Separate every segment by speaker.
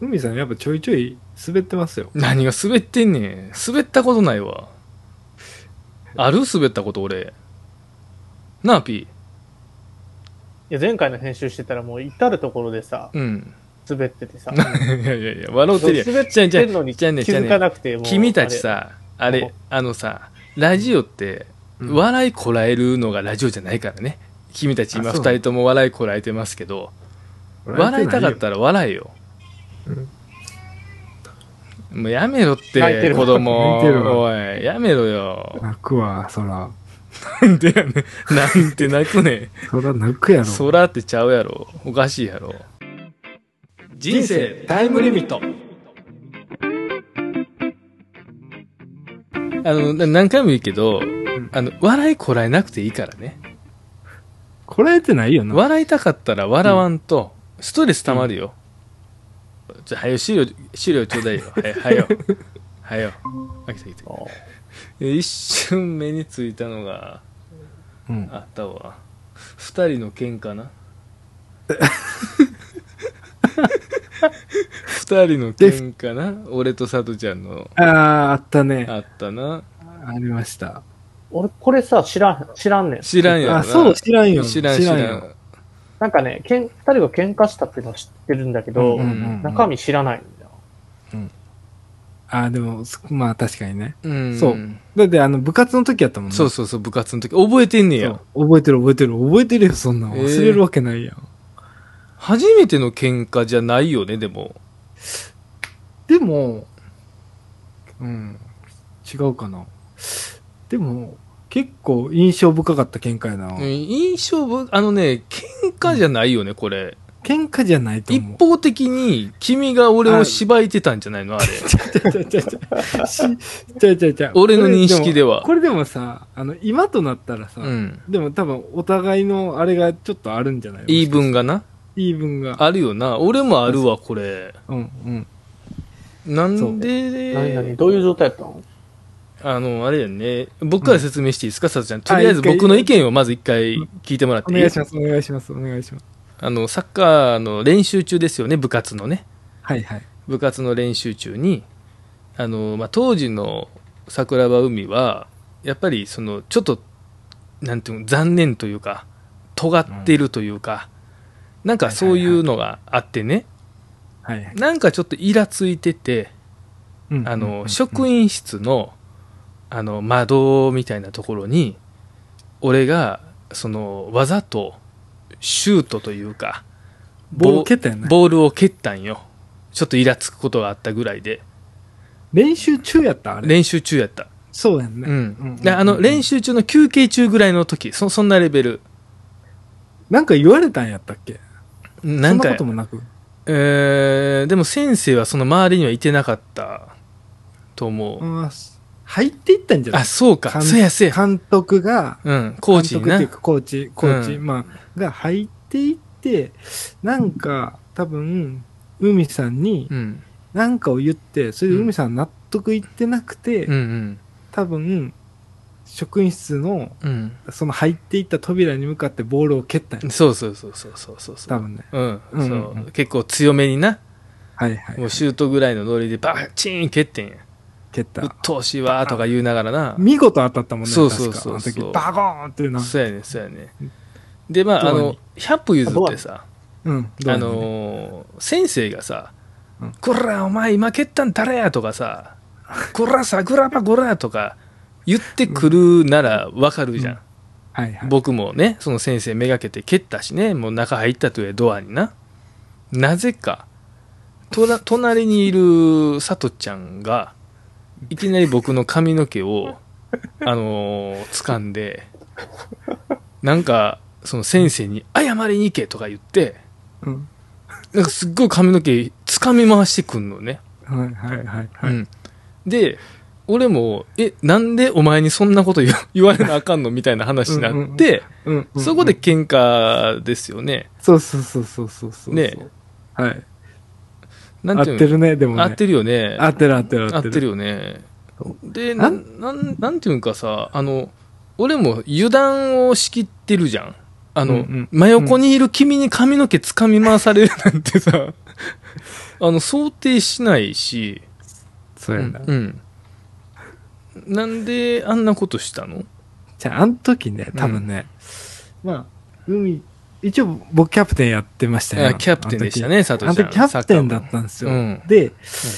Speaker 1: 海さんやっぱちょいちょい滑ってますよ。
Speaker 2: 何が滑ってんねん滑ったことないわある滑ったこと俺なあピ
Speaker 3: いや前回の編集してたらもう至るところでさ
Speaker 2: ーうん
Speaker 3: 滑っててさ
Speaker 2: いやいやいや笑うてる
Speaker 3: 滑
Speaker 2: やん
Speaker 3: ってんのに
Speaker 2: じ
Speaker 3: 気
Speaker 2: ゃあねじゃあね
Speaker 3: づかなくてもう
Speaker 2: 君たちさあれ
Speaker 3: もう
Speaker 2: あのさラジオって
Speaker 1: うん
Speaker 2: 笑いこらえるのがラジオじゃないからね君たち今
Speaker 1: あそう
Speaker 2: 2人とも笑いこらえてますけど笑いたかったら笑えよ
Speaker 1: うん
Speaker 2: もうやめろっ
Speaker 3: 泣いて
Speaker 2: て
Speaker 3: る
Speaker 2: 子供
Speaker 1: 泣いてる
Speaker 2: おいやめろよ
Speaker 1: 泣くわ、そら。
Speaker 2: なんでやねんなんて泣くね
Speaker 1: そら泣くやろ。
Speaker 2: ん空ってちゃうやろおかしいやろ人生タイムリミットあのな何回も言うけど
Speaker 1: ん
Speaker 2: あの笑いこらえなくていいからね
Speaker 1: こらえてないよな。
Speaker 2: 笑いたかったら笑わんと、ストレス溜まるよ、じゃあはよ資料資料ちょうだいよはよはよはよあ来た来た
Speaker 3: も
Speaker 2: 一瞬目についたのが
Speaker 1: うん。
Speaker 2: あったわ二人の喧嘩な二人の喧嘩な俺と佐都ちゃんの
Speaker 1: ああ、あったね。
Speaker 2: あったな
Speaker 1: ありました。
Speaker 3: う俺これさ知らん知らんねん
Speaker 2: 知らんやろな
Speaker 1: あ、そう、知らんよ。
Speaker 2: 知らん知らん
Speaker 1: よ。
Speaker 3: なんかねけん2人が喧嘩したっていうのは知ってるんだけど、
Speaker 1: うんうんうん
Speaker 3: 中身知らないんだよ
Speaker 1: あ、でも、すまあ確かにね。
Speaker 2: うん
Speaker 1: そうだって、あの、部活の時やったもんね。
Speaker 2: そうそうそう部活の時覚えてんね
Speaker 1: そ
Speaker 2: や
Speaker 1: う覚えてる覚えてる覚えてるよ、そんなん。
Speaker 2: えー
Speaker 1: 忘れるわけないやん。
Speaker 2: 初めての喧嘩じゃないよねでも
Speaker 1: でも、うん、違うかな。でも、結構印象深かった喧嘩やな。
Speaker 2: うん印象ぶあのね喧嘩じゃないよねこれ
Speaker 1: 喧嘩じゃないと
Speaker 2: 一
Speaker 1: 思う。
Speaker 2: 方的に君が俺をしばいてたんじゃないのあれ
Speaker 1: ちゃちゃちゃしちゃちゃちゃ
Speaker 2: 俺の認識では
Speaker 1: これでもこれでもさ、あの、今となったらさ、
Speaker 2: うん
Speaker 1: でも多分お互いのあれがちょっとあるんじゃない
Speaker 2: 言い分がな
Speaker 1: 言い分が。
Speaker 2: あるよな俺もあるわこれ
Speaker 1: うんうん。
Speaker 2: なん
Speaker 3: 何々
Speaker 2: で
Speaker 3: どういう状態やったの
Speaker 2: あのあれやね僕から説明していいですかさとちゃんと
Speaker 1: あ
Speaker 2: りあえず
Speaker 1: 一回
Speaker 2: 僕の意見をまず一回聞いてもらっ
Speaker 1: お
Speaker 2: てい
Speaker 1: 願
Speaker 2: い
Speaker 1: いします、お願いします、お願いします。
Speaker 2: あのサッカーの練習中ですよね部活のね
Speaker 1: はいはい。
Speaker 2: 部活の練習中にあの、まあ、当時の桜庭海はやっぱりそのちょっとなんていうの残念というか尖ってるというか、なんかそういうのがあってね、
Speaker 1: はいはい。
Speaker 2: なんかちょっとイラついてて
Speaker 1: うん
Speaker 2: あ
Speaker 1: うんうん
Speaker 2: の職員室のあの窓みたいなところに俺がそのわざとシュートというか
Speaker 1: ボール蹴ったよね。
Speaker 2: ボールを蹴ったんよちょっとイラつくことがあったぐらいで
Speaker 1: 練習中やったあれ。
Speaker 2: 練習中やった、
Speaker 1: そうやん
Speaker 2: う
Speaker 1: ね。
Speaker 2: んであの練
Speaker 1: 習。
Speaker 2: 習中の休憩中ぐらいの時そそんなレベル
Speaker 1: なんか言われたんやったっけ
Speaker 2: な
Speaker 1: そんな
Speaker 2: んか
Speaker 1: こともなく。
Speaker 2: えーでも先生はその周りにはいてなかったと思う、
Speaker 1: あー入っていったんじゃない
Speaker 2: あそうか
Speaker 1: 監
Speaker 2: そうやそうや
Speaker 1: 監督が、
Speaker 2: うんコーチに
Speaker 1: 監督っ
Speaker 2: な
Speaker 1: ていうかコーチ、コーチ、
Speaker 2: う
Speaker 1: まあ、が入っていって、なんか、多分、海さんに
Speaker 2: うん
Speaker 1: 何かを言って、それで海さん納得いってなくて、
Speaker 2: うんうん
Speaker 1: 多分、職員室の、
Speaker 2: うん
Speaker 1: その入っていった扉に向かってボールを蹴ったんや。
Speaker 2: そうそうそうそうそうそうそ
Speaker 1: 多
Speaker 2: う
Speaker 1: 分ね。
Speaker 2: うん、
Speaker 1: うんうん
Speaker 2: そう
Speaker 1: うん
Speaker 2: 結構強めにな
Speaker 1: はいはい。
Speaker 2: もうシュートぐらいのノリでバチーン蹴ってんや
Speaker 1: 蹴っ
Speaker 2: 「
Speaker 1: た
Speaker 2: うっ。とうしいわ」とか言いながらな
Speaker 1: 見事当たったもんね。
Speaker 2: そうそ
Speaker 1: 確
Speaker 2: うそう
Speaker 1: か
Speaker 2: そう
Speaker 1: あの時、バコーンっていうな。
Speaker 2: そうやねそうやねでまああ
Speaker 1: ドアに
Speaker 2: の100歩譲ってさ
Speaker 1: うん。どう
Speaker 2: あ
Speaker 1: やね
Speaker 2: のー先生がさ
Speaker 1: うん
Speaker 2: 「こらお前今蹴ったん誰や」とかさ「こら桜庭こら」とか言ってくるならわかるじゃん、
Speaker 1: はいはい。
Speaker 2: 僕もねその先生めがけて蹴ったしねもう中入ったというドアにななぜかとら隣にいるさとちゃんがいきなり僕の髪の毛をあのー掴んでなんかその先生に「謝りに行け」とか言って
Speaker 1: うん。
Speaker 2: なんかすっごい髪の毛掴み回してくんのね。
Speaker 1: はいはいはいは
Speaker 2: う
Speaker 1: い。
Speaker 2: んで、俺も、え、なんでお前にそんなこと言わ 言われなあかんのみたいな話になって、
Speaker 1: うんうんうん
Speaker 2: そこで、喧嘩ですよね。
Speaker 1: そうそうそうそうそうそう。
Speaker 2: ね
Speaker 1: はい。
Speaker 2: な
Speaker 1: 合
Speaker 2: ん
Speaker 1: って
Speaker 2: いうの
Speaker 1: るね、でもね。
Speaker 2: 合ってるよね。
Speaker 1: 合ってる合ってる
Speaker 2: 合ってるよね。で、
Speaker 1: な
Speaker 2: なん、なん、なんていうんかさ、あの、俺も油断を仕切ってるじゃん。あの、
Speaker 1: うんうん
Speaker 2: 真横にいる君に髪の毛掴み回されるなんてさ、あの、想定しないし、
Speaker 1: そうやな。
Speaker 2: うん。なんであんなことしたの
Speaker 1: じゃあ、あの時ね、多分ね、まあ、海、一応僕キャプテンやってましたよ
Speaker 2: あ。キャプテンでしたね、佐
Speaker 1: あの
Speaker 2: 藤
Speaker 1: 時。
Speaker 2: ち
Speaker 1: あの
Speaker 2: ゃん。
Speaker 1: 時キャプテンだ
Speaker 2: サッ
Speaker 1: っ
Speaker 2: カー
Speaker 1: たんですよ。
Speaker 2: うん
Speaker 1: で、
Speaker 2: 部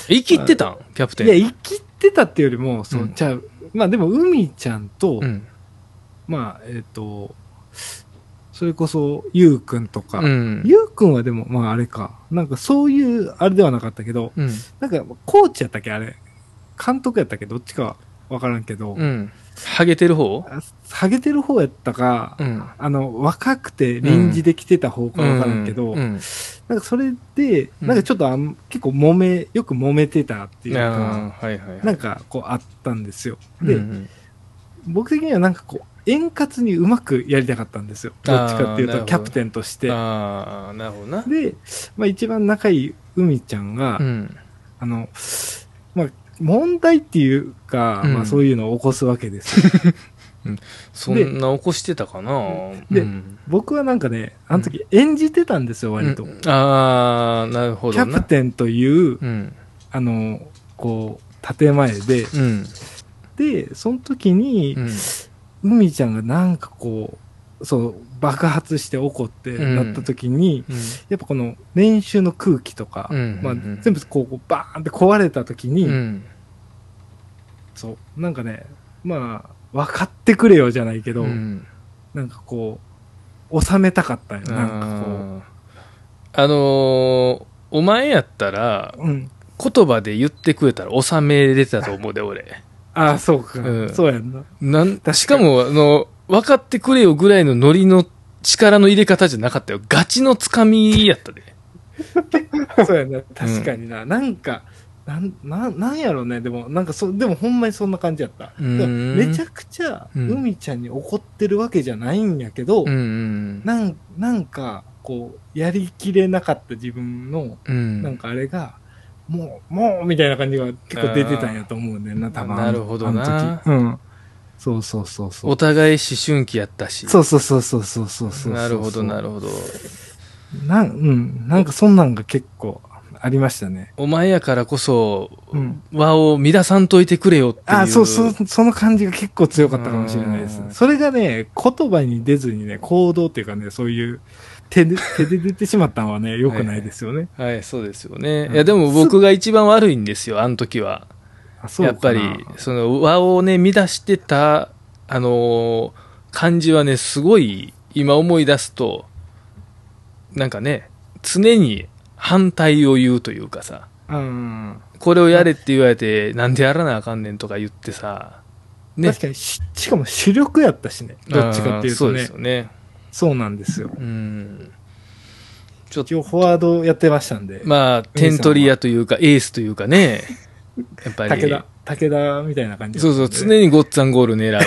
Speaker 2: 生きてたんキャプテン。
Speaker 1: いや、生きてたっていうよりも、そうの
Speaker 2: ん
Speaker 1: じゃあ、まあでも、海ちゃんと、
Speaker 2: うん。
Speaker 1: まあ、えっ、と、それこそ、ゆうくんとか、
Speaker 2: うん。
Speaker 1: ゆうくんはでも、まああれか、なんかそういう、あれではなかったけど、
Speaker 2: うん。
Speaker 1: なんか、コーチやったっけ、あれ。監督やったっけ、どっちかはわからんけど、
Speaker 2: うん。ハゲてる方
Speaker 1: あハゲてる方やったか、
Speaker 2: うん。
Speaker 1: あの、若くて臨時で来てた方かわからんけど、
Speaker 2: うん。
Speaker 1: なんかそれで、
Speaker 2: うん
Speaker 1: なんかちょっとあん結構揉め、よく揉めてたっていう
Speaker 2: あ
Speaker 1: か、
Speaker 2: ーはいはいはい。
Speaker 1: なんかこうあったんですよ。で、
Speaker 2: うん
Speaker 1: 僕的にはなんかこう、円滑にうまくやりたかったんですよ。どっちかっていう
Speaker 2: あーなるほ
Speaker 1: と、
Speaker 2: ど
Speaker 1: キャプテンとして。
Speaker 2: ああ、なるほどな。
Speaker 1: で、まあ一番仲いい海ちゃんが、
Speaker 2: うん。
Speaker 1: あの、まあ、問題っていうか、
Speaker 2: うん
Speaker 1: まあそういうのを起こすわけです よ。
Speaker 2: そんな起こしてたかな
Speaker 1: で
Speaker 2: うん
Speaker 1: 僕はなんかね、あの時演じてたんですよ、割と。
Speaker 2: うんああ、なるほ
Speaker 1: キ
Speaker 2: ど
Speaker 1: ャ
Speaker 2: な。
Speaker 1: プテンという、
Speaker 2: うん。
Speaker 1: あの、こう、建前で、
Speaker 2: うん。
Speaker 1: で、その時に
Speaker 2: う、ん。
Speaker 1: 海ちゃんがなんかこう、そう、爆発して怒って
Speaker 2: うん
Speaker 1: なった時に、やっぱこの練習の空気とか、
Speaker 2: うん
Speaker 1: まあ
Speaker 2: うんうん、
Speaker 1: 全部こうこうバーンって壊れた時に、
Speaker 2: うん。
Speaker 1: そうなんかねまあ分かってくれよじゃないけど、
Speaker 2: うん
Speaker 1: なんかこう収めたかったよなんか
Speaker 2: あーあのーお前やったら
Speaker 1: こう、うん、
Speaker 2: 言葉で言ってくれたら収めれてたと思うで俺
Speaker 1: ああそうか、
Speaker 2: うん
Speaker 1: そうやんな
Speaker 2: なん
Speaker 1: かに
Speaker 2: しかもあの分かってくれよぐらいのノリの力の入れ方じゃなかったよガチのつかみやったで
Speaker 1: そうやんな確かにな、なんかなんなんなんやろうねでもなんかそでもほんまにそんな感じやった
Speaker 2: うーん
Speaker 1: でもめちゃくちゃ
Speaker 2: うん
Speaker 1: 海ちゃんに怒ってるわけじゃないんやけど、
Speaker 2: うん
Speaker 1: なんなんかこうやりきれなかった自分の、
Speaker 2: うん
Speaker 1: なんかあれが、もう、もうみたいな感じが結構出てたんやと思うねんな、多分。
Speaker 2: なるほどな
Speaker 1: あの時うん。そうそうそうそ
Speaker 2: お
Speaker 1: う。
Speaker 2: 互い思春期やったし
Speaker 1: そうそうそうそうそうそうそう。
Speaker 2: なるほどな
Speaker 1: る
Speaker 2: るほど
Speaker 1: なん、うん。なんかそんなんが結構ありましたね。
Speaker 2: お前やからこそ、
Speaker 1: うん。
Speaker 2: 和を乱さんといてくれよっていう
Speaker 1: あ、そうそう、その感じが結構強かったかもしれないです
Speaker 2: う。ん
Speaker 1: それがね、言葉に出ずにね、行動っていうかね、そういう、手 で、手で出てしまったのはね、良くないですよね。
Speaker 2: はいそうですよね、
Speaker 1: うん
Speaker 2: いやでも僕が一番悪いんですよあの時は
Speaker 1: あそう
Speaker 2: やっぱ
Speaker 1: か
Speaker 2: り
Speaker 1: な
Speaker 2: その和をね乱してたあのー感じはねすごい今思い出すとなんかね常に反対を言うというかさ
Speaker 1: うん。
Speaker 2: これをやれって言われてなんでやらなあかんねんとか言ってさね
Speaker 1: 確かにし、しかも主力やったしね。どっちかっていう
Speaker 2: あーそ
Speaker 1: と
Speaker 2: うで
Speaker 1: ね
Speaker 2: す。よね
Speaker 1: そうなんですよ。
Speaker 2: うんちょっ
Speaker 1: 一
Speaker 2: と
Speaker 1: 応フォワードやってましたんで、
Speaker 2: まあ点取り屋というかエースというかねやっぱり
Speaker 1: 武田、武田みたいな感じだ
Speaker 2: そ
Speaker 1: っ
Speaker 2: う
Speaker 1: たん
Speaker 2: そ
Speaker 1: で
Speaker 2: う、常にごっつぁんゴール 狙う。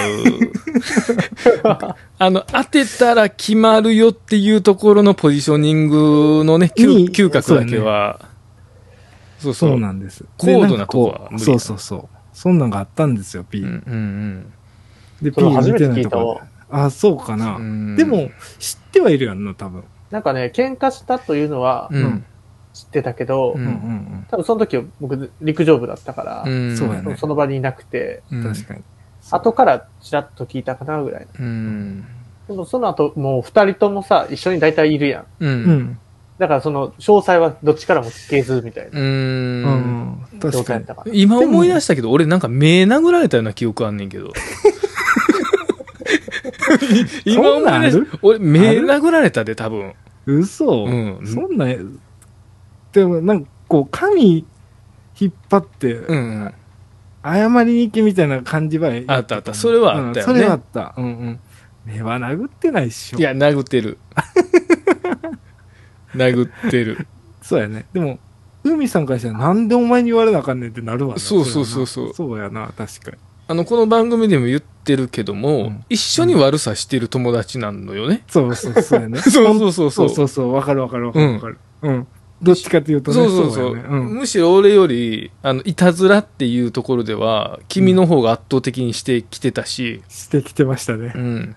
Speaker 2: あの、当てたら決まるよっていうところのポジショニングのね、
Speaker 1: い
Speaker 2: 嗅
Speaker 1: い
Speaker 2: 嗅覚だけは。そうそう。
Speaker 1: そうなんです。
Speaker 2: 高度なとこは
Speaker 1: でんか
Speaker 2: 無理だ
Speaker 1: そうそうそう。そんなんがあったんですよ、P。
Speaker 2: うんうん
Speaker 1: で、
Speaker 3: そ
Speaker 1: P
Speaker 3: れ初
Speaker 1: 見て
Speaker 3: めて
Speaker 1: な
Speaker 3: 聞
Speaker 1: い
Speaker 3: い
Speaker 1: と
Speaker 3: た
Speaker 1: こ
Speaker 3: わ。。
Speaker 1: あ、そうか
Speaker 2: う
Speaker 1: な。
Speaker 2: ん。
Speaker 1: でも、知ってはいるやんな、多分。
Speaker 3: なんかね、喧嘩したというのは
Speaker 2: うん、うん。
Speaker 3: 知ってたけど、
Speaker 2: う
Speaker 1: うんんうん
Speaker 3: 多分その時は僕陸上部だったから、
Speaker 2: うん。
Speaker 1: そうやね
Speaker 3: その場にいなくて、
Speaker 2: う
Speaker 1: うんん。確かに。
Speaker 3: 後からちらっと聞いたかなぐらい。
Speaker 2: うん。
Speaker 3: でもその後もう二人ともさ、一緒に大体いるやん。
Speaker 2: う。
Speaker 1: うんん。
Speaker 3: だからその詳細はどっちからも聞けずみたいな
Speaker 2: う。
Speaker 1: うんん。
Speaker 3: 状
Speaker 1: 確
Speaker 3: 態
Speaker 1: か
Speaker 3: だっ
Speaker 1: に。
Speaker 3: たから。
Speaker 2: 今思い出したけど、俺なんか目殴られたような記憶あんねんけど。今思
Speaker 1: そんなん
Speaker 2: い
Speaker 1: あ
Speaker 2: 出し
Speaker 1: る
Speaker 2: た。俺目殴られたで、多分。
Speaker 1: 嘘
Speaker 2: うん
Speaker 1: そんな、でもなんかこう、髪引っ張って、
Speaker 2: うんうん。
Speaker 1: 謝りに行きみたいな感じは
Speaker 2: あったあったそれはあったよね
Speaker 1: うんそれはあった。うんうん。目は殴ってないっしょ。
Speaker 2: いや、殴ってる。 殴ってる。
Speaker 1: そうやね。でも、海さんからしたらなんでお前に言われなあかんねんってなるわな
Speaker 2: そうそうそうそう
Speaker 1: それはなそうやな、確かに。
Speaker 2: あの、この番組でも言ってるけども、
Speaker 1: うん
Speaker 2: 一緒に悪さしてる友達なんのよね。
Speaker 1: そうそうそうやね。
Speaker 2: そうそうそうそ。
Speaker 1: そうう
Speaker 2: そ
Speaker 1: そううそう。わかるわかるわかるわかる。うん。どっちかっていうとね。
Speaker 2: そうそう。
Speaker 1: やねうん。
Speaker 2: むしろ俺より、あの、いたずらっていうところでは、君の方が圧倒的にしてきてたし、
Speaker 1: してきてましたね
Speaker 2: う。ん。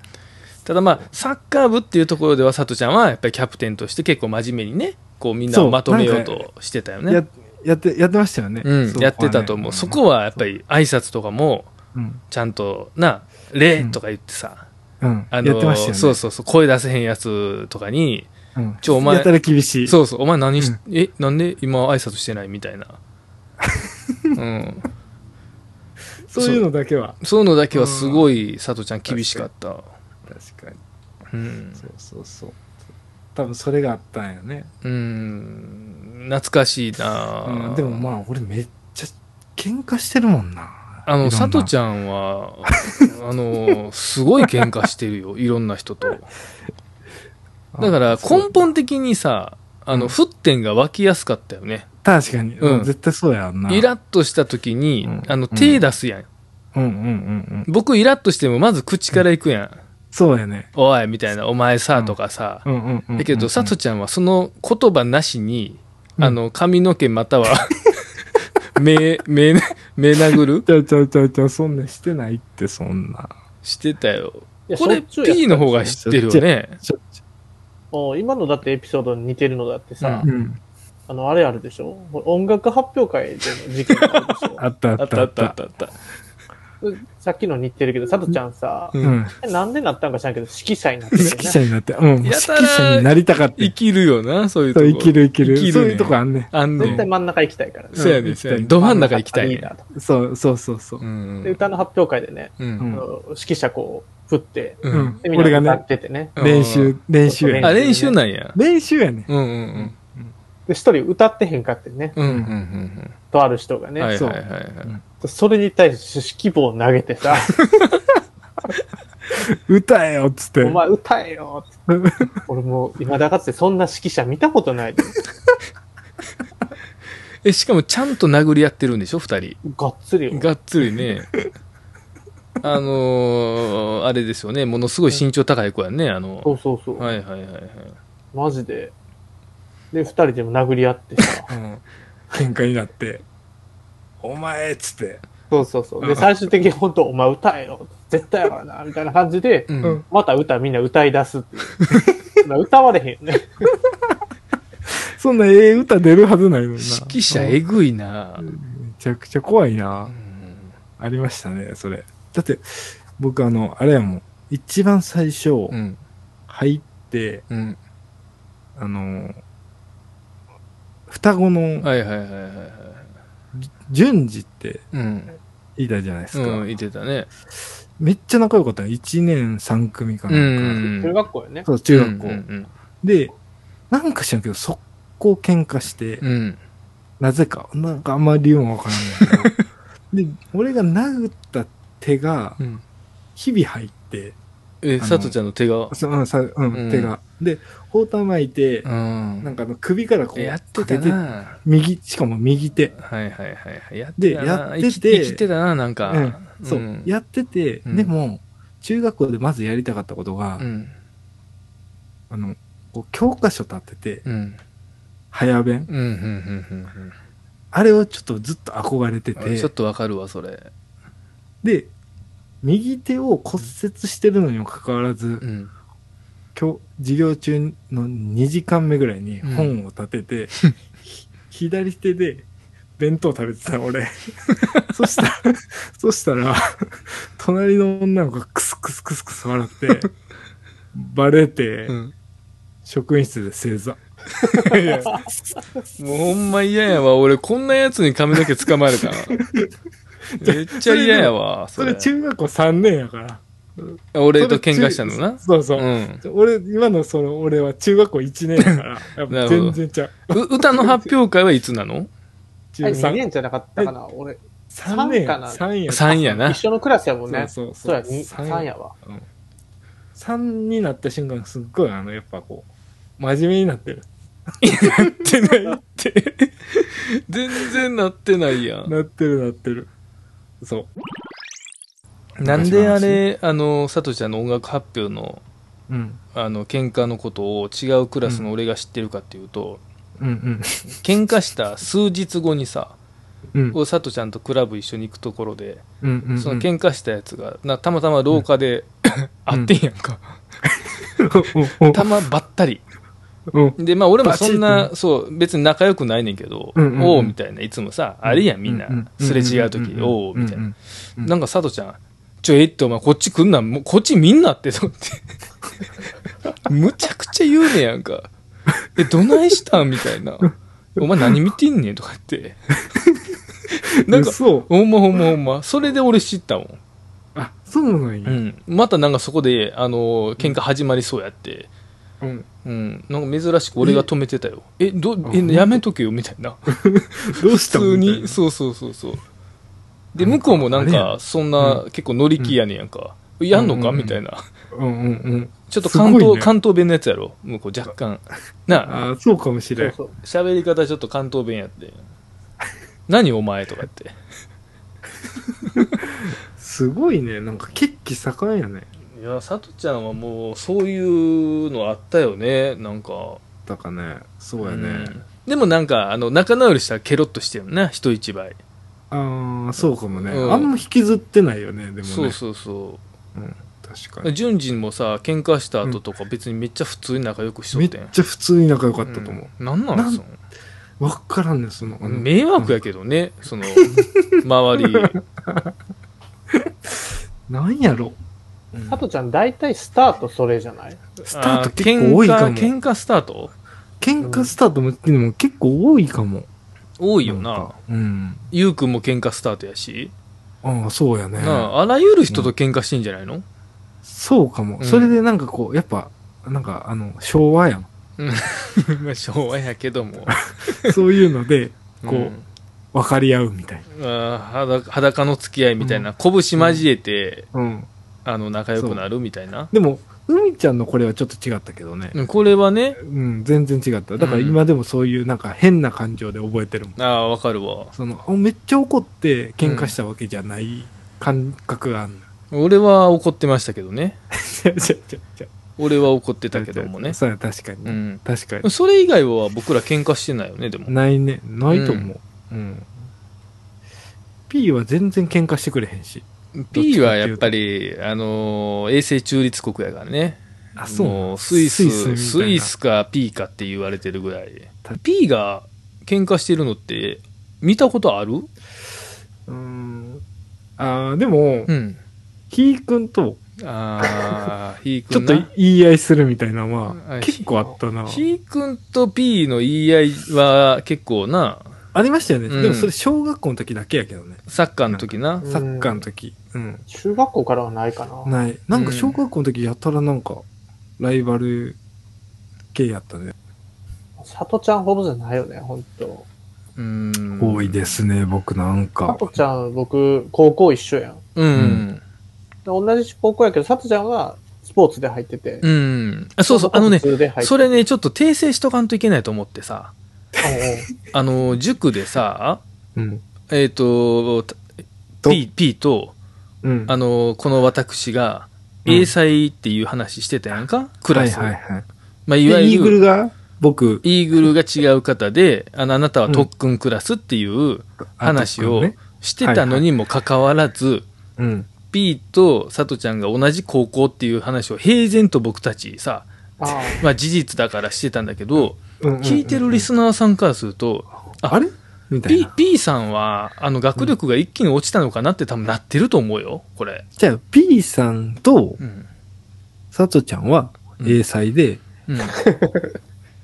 Speaker 2: ただまあ、サッカー部っていうところでは、佐藤ちゃんはやっぱりキャプテンとして結構真面目にね、構みんなをまとめようとしてたよね。
Speaker 1: ややって、やってましたよね。
Speaker 2: うん
Speaker 1: そこは、ね
Speaker 2: やってたと思う。そこはやっぱり挨拶とかも、
Speaker 1: うん。
Speaker 2: ちゃんと、な、礼とか言ってさ、
Speaker 1: うん。や
Speaker 2: あ
Speaker 1: ってま
Speaker 2: の、
Speaker 1: したよね。
Speaker 2: そうそうそう、声出せへんやつとかに、
Speaker 1: うん。
Speaker 2: ちょお前
Speaker 1: やたら厳しい。
Speaker 2: そうそう、お前何し、
Speaker 1: うん
Speaker 2: え、なんで今挨拶してないみたいな。 うん。
Speaker 1: そういうのだけは。
Speaker 2: そういうのだけはすごい、佐藤ちゃん厳しかった。
Speaker 1: 確かに。
Speaker 2: うん。
Speaker 1: そうそうそう。多分それがあったんよね。
Speaker 2: うん。懐かしいな、
Speaker 1: うん、でもまあ、俺めっちゃ喧嘩してるもんな。
Speaker 2: あの、佐藤ち
Speaker 1: ゃん
Speaker 2: ゃ んは、あの、すごい喧嘩してるよ。い ろんな人と。だから、
Speaker 1: そう
Speaker 2: 根本的にさ、あ
Speaker 1: う
Speaker 2: の、
Speaker 1: ん
Speaker 2: 沸点が湧きやすかったよね。
Speaker 1: 確かに、
Speaker 2: うん
Speaker 1: うん絶対そうやんな。
Speaker 2: イラッとした時に
Speaker 1: うん、
Speaker 2: あの、手出すやん。
Speaker 1: うんうんうんうん。
Speaker 2: 僕、イラッとしても、まず口から行くやん。
Speaker 1: そうやね。
Speaker 2: おい、みたいな、お前
Speaker 1: う
Speaker 2: さ、
Speaker 1: ん
Speaker 2: とかさ。
Speaker 1: うんうんうんうん。
Speaker 2: だけど、さとちゃんはその言葉なしに、
Speaker 1: うん
Speaker 2: あの、髪の毛また は、目、目、目殴る
Speaker 1: ちゃうちゃうちゃうちゃう、そんなしてないって、そんな。
Speaker 2: してたよ。
Speaker 3: いや
Speaker 2: こ
Speaker 3: し
Speaker 2: れ、
Speaker 3: ょっちゅうやってた
Speaker 2: P の方が知ってるよね。
Speaker 1: ちょ
Speaker 3: お今のだってエピソードに似てるのだってさ、
Speaker 2: うん
Speaker 3: あの、あれあるでしょ音楽発表会での事件があるでし
Speaker 1: あったあったあった。
Speaker 2: たあった。
Speaker 3: ょさっきの似てるけど、佐藤ちゃんさ、
Speaker 2: う
Speaker 1: うん。
Speaker 3: なんでなったんか知らんけど、指揮者になってる よ
Speaker 1: 指揮者になって、うん。指
Speaker 2: や
Speaker 1: 揮
Speaker 2: たら
Speaker 1: 者になりたかった
Speaker 2: 生。きるよな、そういうと
Speaker 1: そう
Speaker 2: こ。
Speaker 1: 生きる生きる
Speaker 2: 生きるね
Speaker 1: そういうとこあんね
Speaker 2: あんね
Speaker 3: 絶対
Speaker 2: ん。
Speaker 3: 真ん中行きたいからね。
Speaker 2: そうや
Speaker 1: う
Speaker 2: ね
Speaker 1: ん
Speaker 2: ん、そうや
Speaker 1: 行きたい
Speaker 2: ねん。ど真ん中行きたい
Speaker 3: リ
Speaker 2: ね
Speaker 3: ーダーとか
Speaker 1: ん。そうそうそうそう
Speaker 2: う。
Speaker 3: で、
Speaker 2: ん。
Speaker 3: 歌の発表会でね、
Speaker 2: う。
Speaker 1: うんん
Speaker 3: あの指揮者こう、振って、
Speaker 1: う
Speaker 2: うんん。。
Speaker 3: でみんな
Speaker 1: 俺が
Speaker 3: 歌
Speaker 1: ね
Speaker 3: っ、ててね。
Speaker 1: 練習、練習や
Speaker 3: そう
Speaker 2: あ、
Speaker 1: ね。
Speaker 2: 練習なんや。
Speaker 1: 練習やね。
Speaker 2: うんうん
Speaker 3: で、一人歌ってへんかってね、
Speaker 2: うん。うんうんうん
Speaker 3: とある人が
Speaker 2: うん。
Speaker 3: ね、
Speaker 2: はいはい
Speaker 1: そう
Speaker 2: はいは
Speaker 1: ん
Speaker 2: い。
Speaker 3: それに対して指揮棒を投げて さ、
Speaker 1: 歌えよっつって。。
Speaker 3: お前歌えよって俺もう今だかつてそんな指揮者見たことないで。
Speaker 2: え、しかもちゃんと殴り合ってるんでしょ、二人。
Speaker 3: がっつりよ。
Speaker 2: がっつりね。あのー、あれですよね。ものすごい身長高い子やね。あの、
Speaker 3: そうそうそう。
Speaker 2: はいはいはいはい。
Speaker 3: マジで。で、二人でも殴り合ってさ
Speaker 1: うん喧嘩になって、お前っつって。
Speaker 3: そうそうそう。で、最終的に本当お前歌えよ。絶対やからな。みたいな感じで、
Speaker 2: うん
Speaker 1: うん
Speaker 3: また歌みんな歌い出すっていう。まあ歌われへんよね。
Speaker 1: そんなええ歌出るはずないもんな。
Speaker 2: 指揮者えぐいな
Speaker 1: う。んめちゃくちゃ怖いな。
Speaker 2: うん
Speaker 1: ありましたね、それ。だって、僕あの、あれやもん。一番最初、
Speaker 2: うん。
Speaker 1: 入って、
Speaker 2: うん。
Speaker 1: あの、双子の、
Speaker 2: はいはいはいはいはい。
Speaker 1: 順次って
Speaker 2: うん。
Speaker 1: いたじゃないですか。
Speaker 2: うん、いてたね。
Speaker 1: めっちゃ仲良かったよ。1年3組かなんか。
Speaker 2: うん
Speaker 3: 中学校やね。
Speaker 1: そう、中学校。
Speaker 2: うんうん
Speaker 1: で、なんか知らんけど、速攻喧嘩して、
Speaker 2: うん。うん
Speaker 1: なぜか、なんかあんまり理由もわからないけ ど。で、俺が殴った手が、
Speaker 2: うん。
Speaker 1: 日々入って、
Speaker 2: え、
Speaker 1: あの
Speaker 2: 佐藤ちゃんの手が。
Speaker 1: そうん、さう、
Speaker 2: うんん
Speaker 1: 手が。で、包帯巻いて、
Speaker 2: うん
Speaker 1: なんかあの首からこう、
Speaker 2: やってた
Speaker 1: かけて
Speaker 2: な
Speaker 1: 右、しかも右手。
Speaker 2: はいはいはいはい。やっ
Speaker 1: で
Speaker 2: てたな
Speaker 1: やってて
Speaker 2: 生き生きてたな、なんか。
Speaker 1: うん、そう、
Speaker 2: ん
Speaker 1: やってて、
Speaker 2: うん
Speaker 1: でも、中学校でまずやりたかったことが、
Speaker 2: うん。
Speaker 1: あの、こう教科書立てて、
Speaker 2: うん。
Speaker 1: 早弁。
Speaker 2: うん。うん。うん
Speaker 1: あれをちょっとずっと憧れて
Speaker 2: うんうん。
Speaker 1: て
Speaker 2: ちょっ、とわかるわ、それ。
Speaker 1: で、右手を骨折してるのにもかかわらず
Speaker 2: う、ん。
Speaker 1: 今日、授業中の2時間目ぐらいに
Speaker 2: うん
Speaker 1: 本を立て て、ひ左手で弁当食べてたの俺。 そ したら、そしたら、隣の女の子がクスクスクスクス笑 って、バレて、
Speaker 2: うん
Speaker 1: 職員室で正 座。
Speaker 2: いやもうほんま嫌やわ。俺、こんなやつに髪の毛捕まえ るかな。めっちゃ嫌やわ。
Speaker 1: そ
Speaker 2: そ
Speaker 1: れ
Speaker 2: れ。
Speaker 1: 中学校3年やから。
Speaker 2: 俺と喧嘩したのな。
Speaker 1: そうそうう。
Speaker 2: ん。
Speaker 1: 俺、今のその、俺は中学校1年 やから。やっぱ
Speaker 2: なるほ
Speaker 1: 全
Speaker 2: ど
Speaker 1: 然ちゃう。
Speaker 2: う歌の発表会はいつなの
Speaker 1: 中
Speaker 3: あれ2
Speaker 1: 3。
Speaker 3: 年じゃなかったかな。俺、
Speaker 1: 3年
Speaker 3: 三かな
Speaker 1: ?3 や。
Speaker 2: ?3 やな
Speaker 3: 一。緒のクラスやもんね。
Speaker 1: そう
Speaker 3: そう
Speaker 1: そうそう
Speaker 3: や、に
Speaker 1: 三
Speaker 3: 三やわ。
Speaker 1: 3になった瞬間すっごいあのやっぱこう真面目になってる
Speaker 2: ってない って。全然なってないやん。
Speaker 1: なってるなってるそう
Speaker 2: なんであれ、あの、佐藤ちゃんの音楽発表の、
Speaker 1: うん
Speaker 2: あの、喧嘩のことを違うクラスの俺が知ってるかっていうと、
Speaker 1: うん
Speaker 2: 喧嘩した数日後にさ、
Speaker 1: うんうん
Speaker 2: こう佐藤ちゃんとクラブ一緒に行くところで、
Speaker 1: うんうん
Speaker 2: その 喧嘩したやつが、なたまたま廊下で、会ってんやんか。
Speaker 1: うん
Speaker 2: たまばったり。
Speaker 1: うん。
Speaker 2: で、まあ俺もそん
Speaker 1: バチッ
Speaker 2: な、そう、別に仲良くないねんけど、
Speaker 1: うんうんうん
Speaker 2: おうみたいな、いつもさ、あるやん、みんな
Speaker 1: う。
Speaker 2: すれ違うとき、おうみたい。
Speaker 1: んんんんんんんう
Speaker 2: な。
Speaker 1: ん
Speaker 2: なんか佐藤ちゃん、ちょ、えっと、お前こっち来んな、もうこっち見んなって、と 思って。むちゃくちゃ言うねやんか。え、どないしたんみたいな。お前何見てんねんとか 言って。なんか、
Speaker 1: 嘘
Speaker 2: ほんまほんまほんま。それで俺知ったもん。
Speaker 1: あ、そうなん
Speaker 2: う
Speaker 1: や。
Speaker 2: ん。またなんかそこで、あの、喧嘩始まりそうやって。
Speaker 1: うん。
Speaker 2: うん、なんか珍しく俺が止めてたよ。え、ど
Speaker 1: あ、
Speaker 2: え、
Speaker 1: ほんと
Speaker 2: やめとけよ、みたいな。
Speaker 1: どう
Speaker 2: 普
Speaker 1: した
Speaker 2: 通
Speaker 1: みたい
Speaker 2: に、
Speaker 1: な
Speaker 2: そうそうそうそう。で、
Speaker 1: なんか
Speaker 2: 向こうもなん
Speaker 1: あれや
Speaker 2: か、そんな、結構乗り気やねんやんか。やんのか
Speaker 1: うんうんうん
Speaker 2: みたいな。
Speaker 1: うんうんうん。
Speaker 2: ちょっと
Speaker 1: すごい
Speaker 2: 関東、
Speaker 1: ね
Speaker 2: 関東弁のやつやろ。向こう若 干。なあ、
Speaker 1: あそうかもし
Speaker 3: そ
Speaker 1: れ。
Speaker 3: うんそう。
Speaker 2: 喋り方ちょっと関東弁やって。何お前とかって。
Speaker 1: すごいね。なんか血気盛んやね。
Speaker 2: いや、さとちゃんはもう、そういうのあったよね。なんか。
Speaker 1: だからね。そうやね。
Speaker 2: んでもなんか、あの、仲直りしたらケロッとしてるな、人一倍。
Speaker 1: ああ、そうかもね。
Speaker 2: うん
Speaker 1: あんま引きずってないよね。でもね。
Speaker 2: そうそうそう。
Speaker 1: 確かに。
Speaker 2: 順次もさ喧嘩した後とか別にめっちゃ普通に仲良くしと
Speaker 1: め
Speaker 2: っ
Speaker 1: って
Speaker 2: ん
Speaker 1: ちゃ普通に仲良かったと思う。
Speaker 2: うん、なんなんそ
Speaker 1: わ、からんね、その。あ
Speaker 2: の
Speaker 1: の
Speaker 2: 迷惑やけどねそ の周り
Speaker 1: なんやろ。うん
Speaker 3: 佐藤ちゃん、大体スタートそれじゃない
Speaker 1: スター
Speaker 2: あ
Speaker 1: ト結構多いかも。
Speaker 2: 喧嘩喧嘩スタート
Speaker 1: 喧嘩スタートもっていうのも結構多いかも。
Speaker 2: 多いよ
Speaker 1: ん
Speaker 2: な
Speaker 1: か。うん。
Speaker 2: ゆうくんも喧嘩スタートやし、
Speaker 1: ああ、そうやね。
Speaker 2: なああらゆる人と喧嘩してんじゃないの、
Speaker 1: そうかも、
Speaker 2: うん
Speaker 1: それでなんかこう、やっぱ、なんかあの、昭和やん。
Speaker 2: まあ昭和やけども
Speaker 1: そういうので、 こう
Speaker 2: うん
Speaker 1: 分かり合うみたい
Speaker 2: あ裸裸の付き合いみたいな、拳交えて、
Speaker 1: な。うん。
Speaker 2: あの仲良くなるみたいな
Speaker 1: でも、海ちゃんのこれはちょっと違ったけどね。
Speaker 2: うんこれはね
Speaker 1: うん、全然違った。だから今でもそういうなんか変な感情で覚えてるもん。
Speaker 2: ああわかるわ
Speaker 1: その、おめっちゃ怒って喧嘩したわけじゃない感覚があるの。
Speaker 2: 俺は怒ってましたけどね
Speaker 1: ちゃちゃちゃちゃ。
Speaker 2: 俺は怒ってたけどもね
Speaker 1: そうや、確かに。
Speaker 2: うん
Speaker 1: 確かに。
Speaker 2: それ以外は僕ら喧嘩してないよねでも
Speaker 1: ないね。ないと思う。うん。P は全然喧嘩してくれへんし。
Speaker 2: P はやっぱりあのー、永世中立国やからね
Speaker 1: あ、
Speaker 2: もうスイス
Speaker 1: ス
Speaker 2: ス
Speaker 1: イスみたい
Speaker 2: イ
Speaker 1: な
Speaker 2: スか P かって言われてるぐらい P が喧嘩してるのって見たことある
Speaker 1: うーん。あーでも、
Speaker 2: うん
Speaker 1: ひーくんと、
Speaker 2: ああひ
Speaker 1: ち
Speaker 2: ー く
Speaker 1: ょっ
Speaker 2: ん
Speaker 1: と
Speaker 2: な
Speaker 1: 言い合いするみたいなの
Speaker 2: あ
Speaker 1: は、結構あったな。
Speaker 2: ひーくんと P の言い合いは結構な
Speaker 1: ありましたよね。
Speaker 2: うん
Speaker 1: でもそれ小学校の時だけやけどね。
Speaker 2: サッカーの時な
Speaker 3: うん
Speaker 1: サッカーの時。うん。
Speaker 3: 中学校からはないかな。
Speaker 1: ない。なんか小学校の時やたらなんか、ライバル系やったね。
Speaker 3: 佐藤ちゃんほどじゃないよね、本当。
Speaker 2: うん
Speaker 1: 多いですね、僕なんか
Speaker 3: 佐。藤ちゃん、僕、高校一緒やん。で
Speaker 2: うん、
Speaker 3: 同じ高校やけど、佐藤ちゃんはスポーツで入ってて。
Speaker 2: うんあそうそうあのね
Speaker 3: 僕は普通で入ってて
Speaker 2: それ。ね、ちょっと訂正しとかんといけないと思ってさ、あの、塾でさ、
Speaker 1: うん。
Speaker 2: えっ、と、た
Speaker 1: と
Speaker 2: P, P と、
Speaker 1: うん。
Speaker 2: あの、この私が、
Speaker 1: うん
Speaker 2: 英才っていう話してたやんか、クラス。
Speaker 1: はいはいはい。
Speaker 2: まあ、いわ
Speaker 1: でイー
Speaker 2: ゆ
Speaker 1: グル
Speaker 2: る、
Speaker 1: が、僕、
Speaker 2: イーグルが違う方で、あの、あなたは特訓クラスっていう話
Speaker 1: あ
Speaker 2: を
Speaker 1: とね
Speaker 2: してたのにもかかわらず、
Speaker 1: うん。
Speaker 2: P と佐藤ちゃんが同じ高校っていう話を平然と僕たちさ、
Speaker 3: ああ
Speaker 2: まあ事実だからしてたんだけど、聞
Speaker 1: 聞
Speaker 2: いてるリスナーさんからすると、
Speaker 1: あれみたい
Speaker 2: P,
Speaker 1: な。
Speaker 2: P さんはあの学力が一気に落ちたのかなって多分なってると思うよこれ、
Speaker 1: じゃあ、P さんと、
Speaker 2: うん
Speaker 1: さとちゃんは
Speaker 2: うん
Speaker 1: 英才で、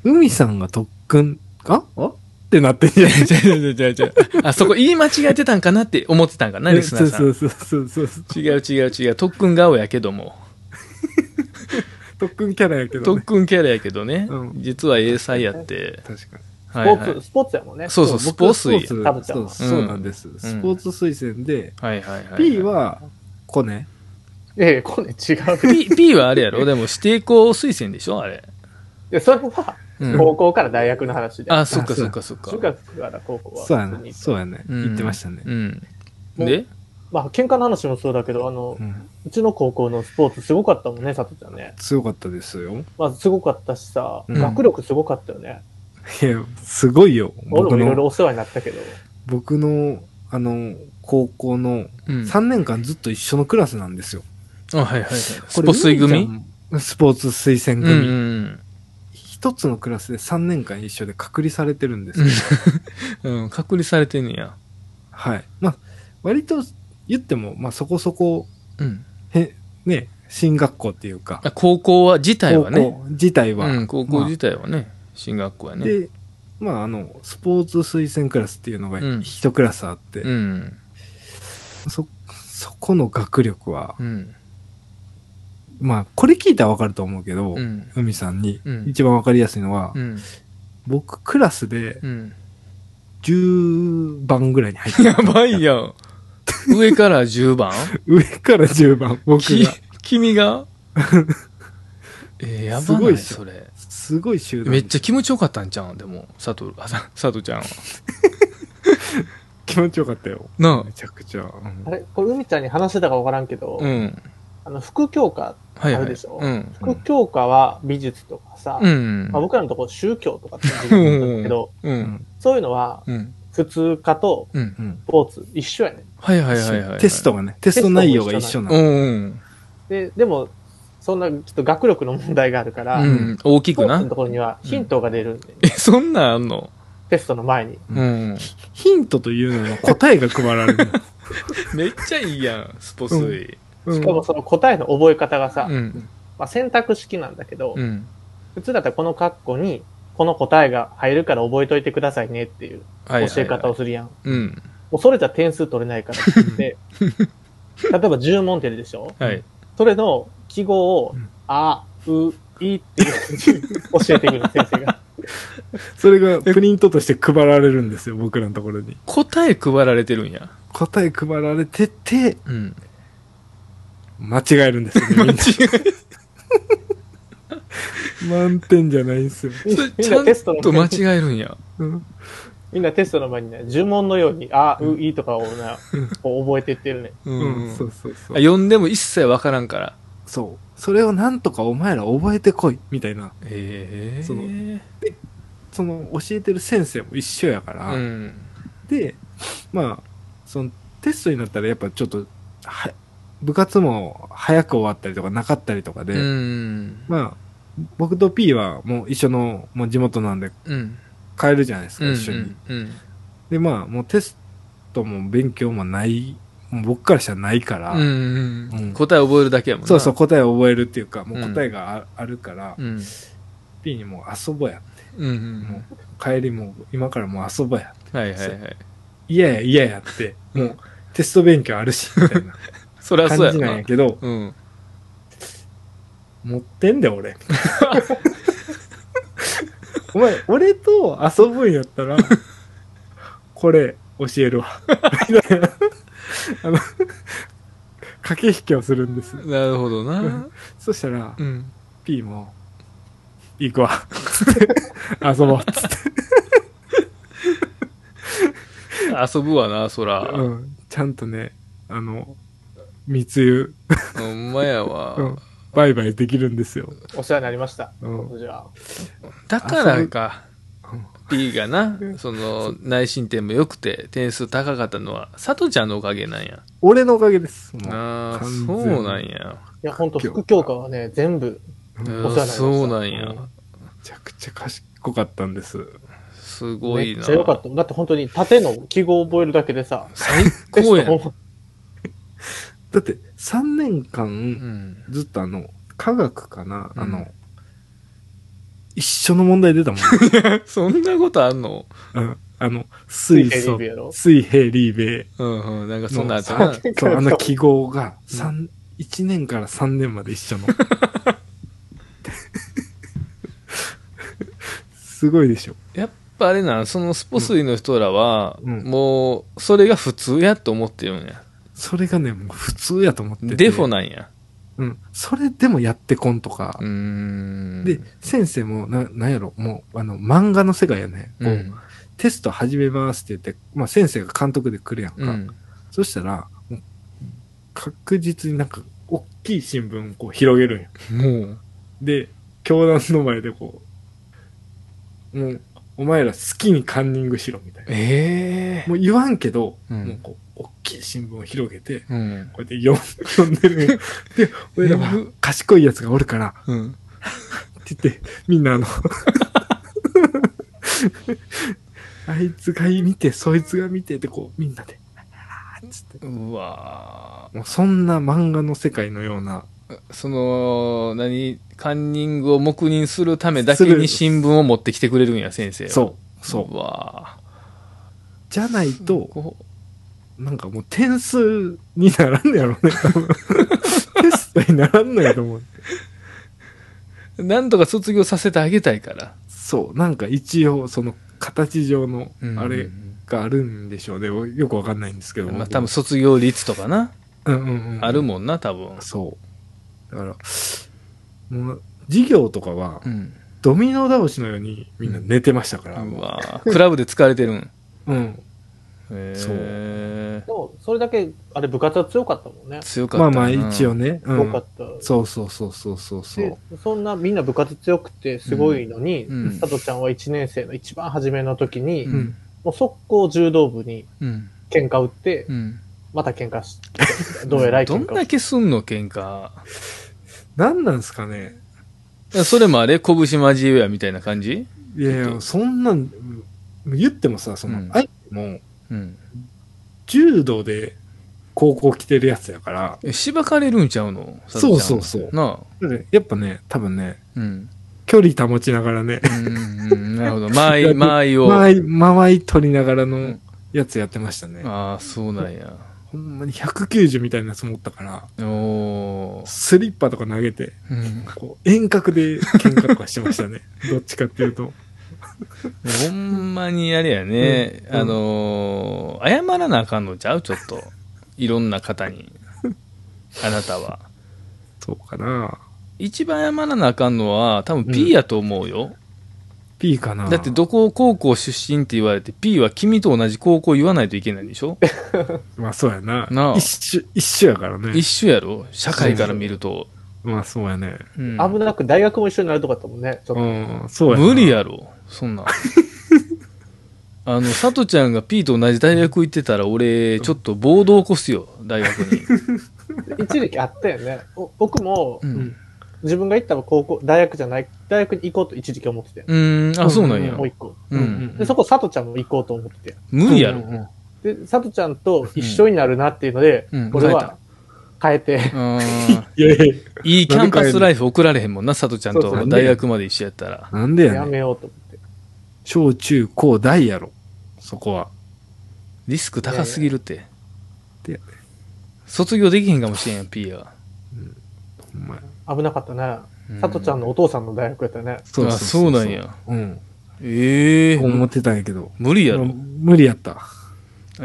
Speaker 2: うん、
Speaker 1: 海さんが特訓かあってなってんじゃない
Speaker 2: じゃじゃじゃじゃあそこ言い間違えてたんかなって思ってたんかなリスナーさん
Speaker 1: そうそうそうそうそう。
Speaker 2: 違う違う違う特訓顔やけども
Speaker 1: 特訓キャラやけど
Speaker 2: 特
Speaker 1: ね。
Speaker 2: 訓キャラやけどね、
Speaker 1: うん
Speaker 2: 実は英才やって、
Speaker 1: 確かに。
Speaker 3: ス
Speaker 2: は
Speaker 3: ポ
Speaker 2: い
Speaker 3: ーツ、
Speaker 2: はい、
Speaker 3: スポーツやもんね。
Speaker 2: そうそうスポーツ
Speaker 1: 僕
Speaker 2: い
Speaker 1: はス
Speaker 3: 多
Speaker 1: ポー
Speaker 3: 分
Speaker 1: ツそうそうなんです。スポーツ推薦で、
Speaker 2: はいはいはい
Speaker 1: P は、コネ。
Speaker 3: ええ、これ違う。い
Speaker 2: P, P はあれやろでも指定校推薦でしょあれ、
Speaker 3: や、それは、
Speaker 2: うん
Speaker 3: 高校から大学の話で。
Speaker 2: あそっか
Speaker 1: あそ
Speaker 2: そうっかそっか
Speaker 3: 中学から高校は。
Speaker 1: そうや
Speaker 3: 普通
Speaker 1: ね。
Speaker 3: に
Speaker 1: そうやね。
Speaker 2: うん
Speaker 1: 言ってましたね。
Speaker 2: うん
Speaker 3: もう
Speaker 2: で
Speaker 3: まあ、喧嘩の話もそうだけど、あの
Speaker 1: う、ん
Speaker 3: うちの高校のスポーツすごかったもんね、佐藤ちゃんね。
Speaker 1: 強かったですよ。
Speaker 3: まずすごかったしさ、
Speaker 1: うん
Speaker 3: 学力すごかったよね。
Speaker 1: いや、すごいよ。
Speaker 3: 俺
Speaker 1: 僕
Speaker 3: もいろい
Speaker 1: の、
Speaker 3: ろお世話になったけど。
Speaker 1: 僕の、あの、高校の
Speaker 2: うん
Speaker 1: 3年間ずっと一緒のクラスなんですよ。
Speaker 2: あはいはいはいスポーツ組
Speaker 1: スポーツ推薦
Speaker 2: うんう
Speaker 1: 組。
Speaker 2: ん
Speaker 1: 一、一つのクラスで3年間一緒で隔離されてるんですけど、
Speaker 2: うん、隔離されてんねや。
Speaker 1: はい。まあ、割と言っても、まあそこそこ、
Speaker 2: うん。
Speaker 1: へ、ね、進学校っていうか、
Speaker 2: あ高校は、自体はね。
Speaker 1: 高校自体は、
Speaker 2: うん、高校自体はね、進学校やね。
Speaker 1: で、まああの、スポーツ推薦クラスっていうのが
Speaker 2: うん
Speaker 1: 一クラスあって、
Speaker 2: うん。
Speaker 1: そ、そこの学力は、
Speaker 2: うん。
Speaker 1: まあこれ聞いたらわかると思うけど、
Speaker 2: うん。
Speaker 1: 海さんに
Speaker 2: うん
Speaker 1: 一番わかりやすいのは、
Speaker 2: うん。
Speaker 1: 僕クラスで
Speaker 2: うん。
Speaker 1: 10番ぐらいに入って
Speaker 2: やばいやん。 上から10番
Speaker 1: 上から10番、僕
Speaker 2: き
Speaker 1: が。
Speaker 2: 君がえー、やばない
Speaker 1: すごいっしょ
Speaker 2: それ。
Speaker 1: すごい集団。
Speaker 2: めっちゃ気持ちよかったんちゃうんでも、佐藤、あさ佐藤ちゃんは。
Speaker 1: 気持ちよかったよ。
Speaker 2: な
Speaker 1: めちゃくちゃ。うん
Speaker 3: あれこれ、海ちゃんに話してたか分からんけど、
Speaker 2: あ。うん。
Speaker 3: あの、副教科、
Speaker 2: はい
Speaker 3: あ
Speaker 2: は
Speaker 3: る
Speaker 2: い
Speaker 3: でし。ょ
Speaker 2: うん。
Speaker 1: うん
Speaker 3: 副教科は美術とかさ、
Speaker 2: うん。
Speaker 3: まあ、僕らのとこ宗教とかって言うんだけど、
Speaker 2: うん。
Speaker 3: そういうのは
Speaker 2: うん。
Speaker 3: 普通科と
Speaker 2: うん。
Speaker 1: うん
Speaker 3: スポーツ一緒やねん。
Speaker 2: はいはいはいはい。
Speaker 1: テス。トがね、テスト内容が一緒な
Speaker 2: う
Speaker 1: の。
Speaker 2: ん。
Speaker 3: で、でも、そんなちょっと学力の問題があるから、
Speaker 2: うん。大き
Speaker 3: スポ
Speaker 2: く
Speaker 3: ーツ
Speaker 2: な
Speaker 3: の。ところにはヒントが出るんで、
Speaker 2: え、そんなんあんの
Speaker 3: テストの前に。
Speaker 2: うん。
Speaker 1: ヒントというのは答えが配られるの。
Speaker 2: めっちゃいいやん、スポスイ。
Speaker 1: うん
Speaker 3: しかもその答えの覚え方がさ、
Speaker 2: うん。
Speaker 3: まあ、選択式なんだけど、
Speaker 2: うん。
Speaker 3: 普通だったらこの括弧に、この答えが入るから覚えといてくださいねっていう
Speaker 2: はい
Speaker 3: 教
Speaker 2: はいはい。
Speaker 3: え方をするやん。
Speaker 2: うん。
Speaker 3: もうそれじゃ点数取れないからって言って、 例えば10問出るでしょ
Speaker 2: はい。
Speaker 3: それの記号を
Speaker 1: うん、
Speaker 3: あ、う、いっていう感じで教えてくる先 生が。
Speaker 1: それがプリントとして配られるんですよ、僕らのところに。
Speaker 2: 答え配られてるんや。
Speaker 1: 答え配られてて、
Speaker 2: うん。
Speaker 1: 間違えるん ですよ、ねみんな、満点じゃないんですよ。
Speaker 3: みん
Speaker 2: ち
Speaker 3: な
Speaker 2: ゃ
Speaker 3: テスト
Speaker 2: んと
Speaker 3: の
Speaker 2: 間違
Speaker 3: 前に、
Speaker 2: えるんや。
Speaker 1: うん
Speaker 3: みんなテストの前にね、呪文のように、あ、う、いとかをな、こう覚えていってるね。
Speaker 2: う
Speaker 1: うん、そ
Speaker 2: ん
Speaker 1: う。そうそう。
Speaker 2: 読んでも一切わからんから。
Speaker 1: そう。それをなんとかお前ら覚えてこい、みたいな。
Speaker 2: ええ。
Speaker 1: そのその教えてる先生も一緒やから、
Speaker 2: うん。
Speaker 1: でまあそのテストになったらやっぱちょっとは部活も早く終わったりとかなかったりとかで、
Speaker 2: うん。
Speaker 1: まあ僕と P はもう一緒のもう地元なんで
Speaker 2: うん。
Speaker 1: 帰るじゃないですか、
Speaker 2: うん
Speaker 1: 一緒に
Speaker 2: うん。
Speaker 1: でまあもうテストも勉強もないもう僕からしたらないから、
Speaker 2: うん
Speaker 1: うん
Speaker 2: 答え覚えるだけやもんな。
Speaker 1: そうそう。答えを覚えるっていうかもううん答えがあ,、るから、
Speaker 2: うん。
Speaker 1: P にもう遊ぼうや
Speaker 2: うんう
Speaker 1: も
Speaker 2: ん。
Speaker 1: う帰りもう今からもう遊ぼうや
Speaker 2: はいはいはい。
Speaker 1: 嫌や嫌やって
Speaker 2: うん
Speaker 1: もうテスト勉強あるしみたいな
Speaker 2: そりゃ そう
Speaker 1: 感
Speaker 2: や
Speaker 1: じ
Speaker 2: ろ
Speaker 1: なん
Speaker 2: な
Speaker 1: や。けど
Speaker 2: うん。
Speaker 1: 持ってんだよ 俺お前俺と遊ぶんやったらこれ教え るわみたいなあの駆け引きをするんです
Speaker 2: なるほどな。
Speaker 1: そしたら
Speaker 2: うん。
Speaker 1: P も「行くわ」つって遊ぼう」つって、
Speaker 2: 遊ぶわな、そら。
Speaker 1: うん、ちゃんとねあの密輸、
Speaker 2: ほんまや
Speaker 1: う
Speaker 2: わ
Speaker 1: ん。、バイバイできるんですよ、
Speaker 3: お世話になりました。
Speaker 1: うん
Speaker 3: じゃあ、
Speaker 2: だからか
Speaker 1: 遊ぶうん。
Speaker 2: P がな、その、内申点も良くて、点数高かったのは、佐藤ちゃんのおかげなんや。
Speaker 1: 俺のおかげですもう
Speaker 2: ああ、
Speaker 1: 完全に
Speaker 2: そうなんや。
Speaker 3: いや、本当
Speaker 1: 副教科
Speaker 3: 副教科はね、全部、
Speaker 1: うん
Speaker 3: お世話になりました
Speaker 2: そうなん
Speaker 1: う
Speaker 2: や
Speaker 1: ん。めちゃくちゃ賢かったんです
Speaker 2: すご
Speaker 3: め
Speaker 2: い
Speaker 3: っ
Speaker 2: な。
Speaker 3: ちゃ良かった。だって本当に縦の記号を覚えるだけでさ、
Speaker 2: 最高やん。
Speaker 3: テス
Speaker 1: だ
Speaker 3: ト
Speaker 1: って3年間、
Speaker 2: うん。
Speaker 1: ずっとあの、科学かな、
Speaker 2: うん
Speaker 1: あの、一緒の問題出たもん。
Speaker 2: そんなことあんの
Speaker 1: うんあの、水
Speaker 3: 水平リ
Speaker 1: 素
Speaker 3: ーベやろ、
Speaker 1: 水平リーベ
Speaker 2: うんうん。なんかそんなあ
Speaker 1: の、
Speaker 2: ったな。
Speaker 1: そうそうあの記号が
Speaker 2: うん
Speaker 1: 三1年から3年まで一緒の。 すごいでしょ。
Speaker 2: やっぱあれなん、そのスポ水の人らは、
Speaker 1: うん
Speaker 2: もう、それが普通やと思ってるんや。
Speaker 1: それがね、もう普通やと思ってて
Speaker 2: デフォなんや。
Speaker 1: うん。それでもやってこんとか
Speaker 2: う。ーん。
Speaker 1: で、先生も、な、なんやろ、もう、あの、漫画の世界やね。こ
Speaker 2: う
Speaker 1: う、
Speaker 2: ん、
Speaker 1: テスト始めますって言って、まあ先生が監督で来るやんか。
Speaker 2: うん。
Speaker 1: そしたら、もう確実になんか、大きい新聞をこう広げるんよ。
Speaker 2: もう、
Speaker 1: で、教団の前でこう、もう、お前ら好きにカンニングしろ、みたいな。
Speaker 2: ええ
Speaker 1: もう言わんけど、
Speaker 2: うん
Speaker 1: もうこう、大きい新聞を広げて、
Speaker 2: うん。
Speaker 1: こうやって 読ん読んでるんよ。で、俺らは
Speaker 2: えぐ
Speaker 1: 賢いやつがおるから、
Speaker 2: うん。
Speaker 1: って言って、みん なあの、あいつが見て、そいつが見てってこう、みんなで、あーっつって。
Speaker 2: うわ
Speaker 1: もうそんな漫画の世界のような、
Speaker 2: ーその、何、カンニングを黙認するためだけに新聞を持ってきてくれるんや、先生は。
Speaker 1: そう、そう。
Speaker 2: うわ
Speaker 1: じゃない
Speaker 2: ー
Speaker 1: と、
Speaker 2: こ
Speaker 1: なんかもう点数にならんのやろうね。多 分テストにならんのやと思う。
Speaker 2: うなんとか卒業させてあげたいから。
Speaker 1: そう、なんか一応、その、形上の
Speaker 2: う、ん
Speaker 1: あれがあるんでしょうね。よくわかんないんですけど。
Speaker 2: まあ多分卒業率とかな。
Speaker 1: うんうんうん、
Speaker 2: あるもんな、多分。
Speaker 1: そう。だから、もう、授業とかは
Speaker 2: う、ん。
Speaker 1: ドミノ倒しのようにみんな寝てましたから。
Speaker 2: うわークラブで疲れてるん。
Speaker 1: うん。
Speaker 2: へ
Speaker 3: でも、それだけ、あれ部活は強かったもんね
Speaker 2: ー。強かっ
Speaker 1: ま
Speaker 2: た
Speaker 1: あ
Speaker 2: な。
Speaker 1: まあ、一応ね。う
Speaker 3: 強か
Speaker 1: ん
Speaker 3: っ。た。
Speaker 1: そうそうそうそうそうそ
Speaker 3: で
Speaker 1: う。
Speaker 3: そんなみんな部活強くてすごいのに、
Speaker 2: うんうん
Speaker 3: 佐藤ちゃんは1年生の一番初めの時に、
Speaker 2: う
Speaker 1: うんん。
Speaker 3: もう速攻柔道部に
Speaker 2: うん。
Speaker 3: 喧嘩売って、
Speaker 2: うん。
Speaker 3: また喧嘩し、どうやらい
Speaker 2: ど
Speaker 3: 喧
Speaker 2: ん
Speaker 3: 嘩を
Speaker 2: だけすんの、喧嘩。
Speaker 1: なんなんすかね。
Speaker 2: いやそれもあれ拳交えやみたいな感じ
Speaker 1: いやい
Speaker 2: ちょっと
Speaker 1: や、そんなん、言ってもさ、その、
Speaker 2: うん
Speaker 1: 相手も、
Speaker 2: うん。
Speaker 1: 柔道で高校来てるやつやから、
Speaker 2: えしばかれるんちゃうのさとちゃん
Speaker 1: そうそうそう
Speaker 2: なあ。
Speaker 1: やっぱね、多分ね、
Speaker 2: うん。
Speaker 1: 距離保ちながらね、
Speaker 2: うんうんうん。なるほど。間合
Speaker 1: い
Speaker 2: い、
Speaker 1: や
Speaker 2: 間合いを。
Speaker 1: 間合い、間合い取りながら
Speaker 2: う
Speaker 1: の
Speaker 2: ん
Speaker 1: やつやってましたね。
Speaker 2: ああ、そうなんや。
Speaker 1: ほんまに190みたいなやつ持ったから、
Speaker 2: おー。
Speaker 1: スリッパとか投げて、
Speaker 2: うん
Speaker 1: こう遠隔で喧嘩とかしてました ね。どっちかっていうと。
Speaker 2: ほんまにあれやね、
Speaker 1: うん
Speaker 2: あのー謝らなあかんのちゃうちょっと。いろんな方に。あなたは。
Speaker 1: そうかな。
Speaker 2: 一番謝らなあかんのは、多分 P やと思うよ。
Speaker 1: P かな。
Speaker 2: だって、どこ高校出身って言われて、P は君と同じ高校言わないといけないんでしょ
Speaker 1: まあそうやな。
Speaker 2: なあ
Speaker 1: 一緒、一緒やからね
Speaker 2: 一。緒やろ社会から見ると。
Speaker 1: まあそうやね。
Speaker 2: うん
Speaker 3: 危なく大学も一緒になるとかだったもんね。ちょっ
Speaker 1: う
Speaker 3: と
Speaker 1: ん、そうやな
Speaker 2: 無理。やろそんなん あの佐都ちゃんが P と同じ大学行ってたら俺ちょっと暴動起こすよ大学に、
Speaker 3: 一時期あったよね。お僕も
Speaker 2: う、ん、
Speaker 3: 自分が行った高校、大学じゃない、大学に行こうと一時期思ってて。
Speaker 2: うーんあそうなんや
Speaker 3: もう一個。
Speaker 2: う
Speaker 1: うんん。
Speaker 3: で、そこ佐藤ちゃんも行こうと思ってて。
Speaker 2: 無理やろ
Speaker 1: うんうん
Speaker 3: で、佐藤ちゃんと一緒になるなっていうので、
Speaker 2: うん
Speaker 3: 俺は変えて、
Speaker 2: あ
Speaker 1: いやいや、
Speaker 2: ーいいキャンパスライフ送られへんもんな佐都ちゃん
Speaker 3: そうそ
Speaker 2: と
Speaker 1: う
Speaker 2: 大学まで一緒やったら
Speaker 1: なんでや
Speaker 3: や
Speaker 1: ねん。
Speaker 3: めようと思って。
Speaker 1: 小中高大やろ。そこは。
Speaker 2: リスク高すぎるって
Speaker 1: いやいや
Speaker 2: 卒業できへんかもしれんや P は
Speaker 1: ほんまや
Speaker 3: 危なかったね。
Speaker 2: うん
Speaker 3: 佐藤ちゃんのお父さんの大学やったね。
Speaker 2: あそうなん。や
Speaker 1: うん。
Speaker 2: ええ
Speaker 1: 思ってたんやけど。
Speaker 2: 無理や
Speaker 1: う
Speaker 2: ろ
Speaker 1: ん無理やった。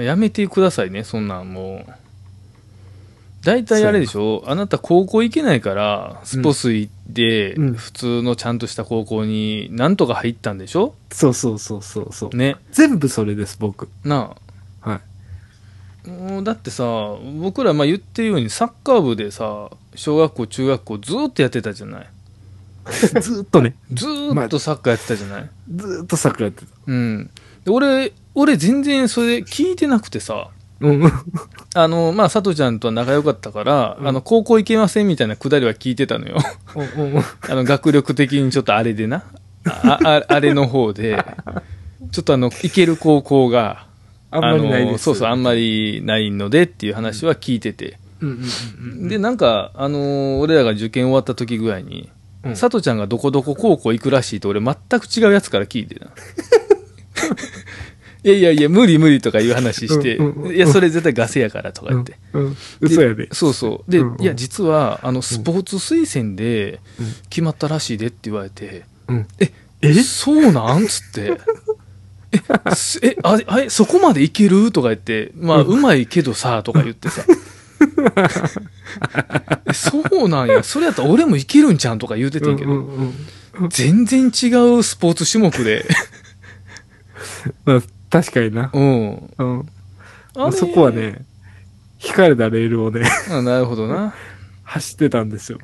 Speaker 2: やめてくださいね、そんなんもう。大体あれでしょあなた高校行けないから、スポスイで、
Speaker 1: うん
Speaker 2: 普通のちゃんとした高校に、なんとか入ったんでしょ
Speaker 1: そうそうそうそうそう。
Speaker 2: ね。
Speaker 1: 全部それです、僕。
Speaker 2: な
Speaker 1: はい。
Speaker 2: あ。もうだってさ、僕らまあ言ってるように、サッカー部でさ、小学校、中学校ずーっとやってたじゃない。
Speaker 1: ずーっとね、
Speaker 2: ずーっとサッカーやってたじゃない。
Speaker 1: ずーっと桜やってた。
Speaker 2: うん。で俺、俺全然それ聞いてなくてさ、
Speaker 1: うん。
Speaker 2: あの、まあ、佐藤ちゃんとは仲良かったから、
Speaker 1: うん
Speaker 2: あの、高校行けませんみたいなくだりは聞いてたのよ。
Speaker 1: うんうん
Speaker 2: あの、学力的にちょっとあれでな。あ、ああれの方で、ちょっとあの、行ける高校が、
Speaker 1: あんまりない
Speaker 2: あ
Speaker 1: で
Speaker 2: の
Speaker 1: す。
Speaker 2: そうそう、あんまりないのでっていう話は聞いてて。
Speaker 1: うんうんうんうん。
Speaker 2: で、なんか、あのー俺らが受験終わった時ぐらいに、
Speaker 1: うん
Speaker 2: 佐藤ちゃんがどこどこ高校行くらしいと俺全く違うやつから聞いてな。 いやいやいや、無理無理とかいう話して、
Speaker 1: うんうんうん
Speaker 2: いや、それ絶対ガセやからとか言って。
Speaker 1: うんうん嘘やで。
Speaker 2: そうそう。で、
Speaker 1: うんうん
Speaker 2: いや、実は、あの、スポーツ推薦で
Speaker 1: うん
Speaker 2: 決まったらしいでって言われて、
Speaker 1: うん
Speaker 2: え、
Speaker 1: え
Speaker 2: そうなんつって。え、すえ、あれ、あれ、そこまでいけるとか言って、まあ、うまいけどさ、とか言ってさ。 えそうなんや。それやったら俺もいけるんちゃうんとか言うててんけど、
Speaker 1: うんうんうん
Speaker 2: 全然違うスポーツ種目 で。
Speaker 1: まあ、確かにな。
Speaker 2: うん。
Speaker 1: うん。
Speaker 2: あれ
Speaker 1: そこは。ね、引かれたレールをね、
Speaker 2: あなるほどな。
Speaker 1: 走ってたんですよ。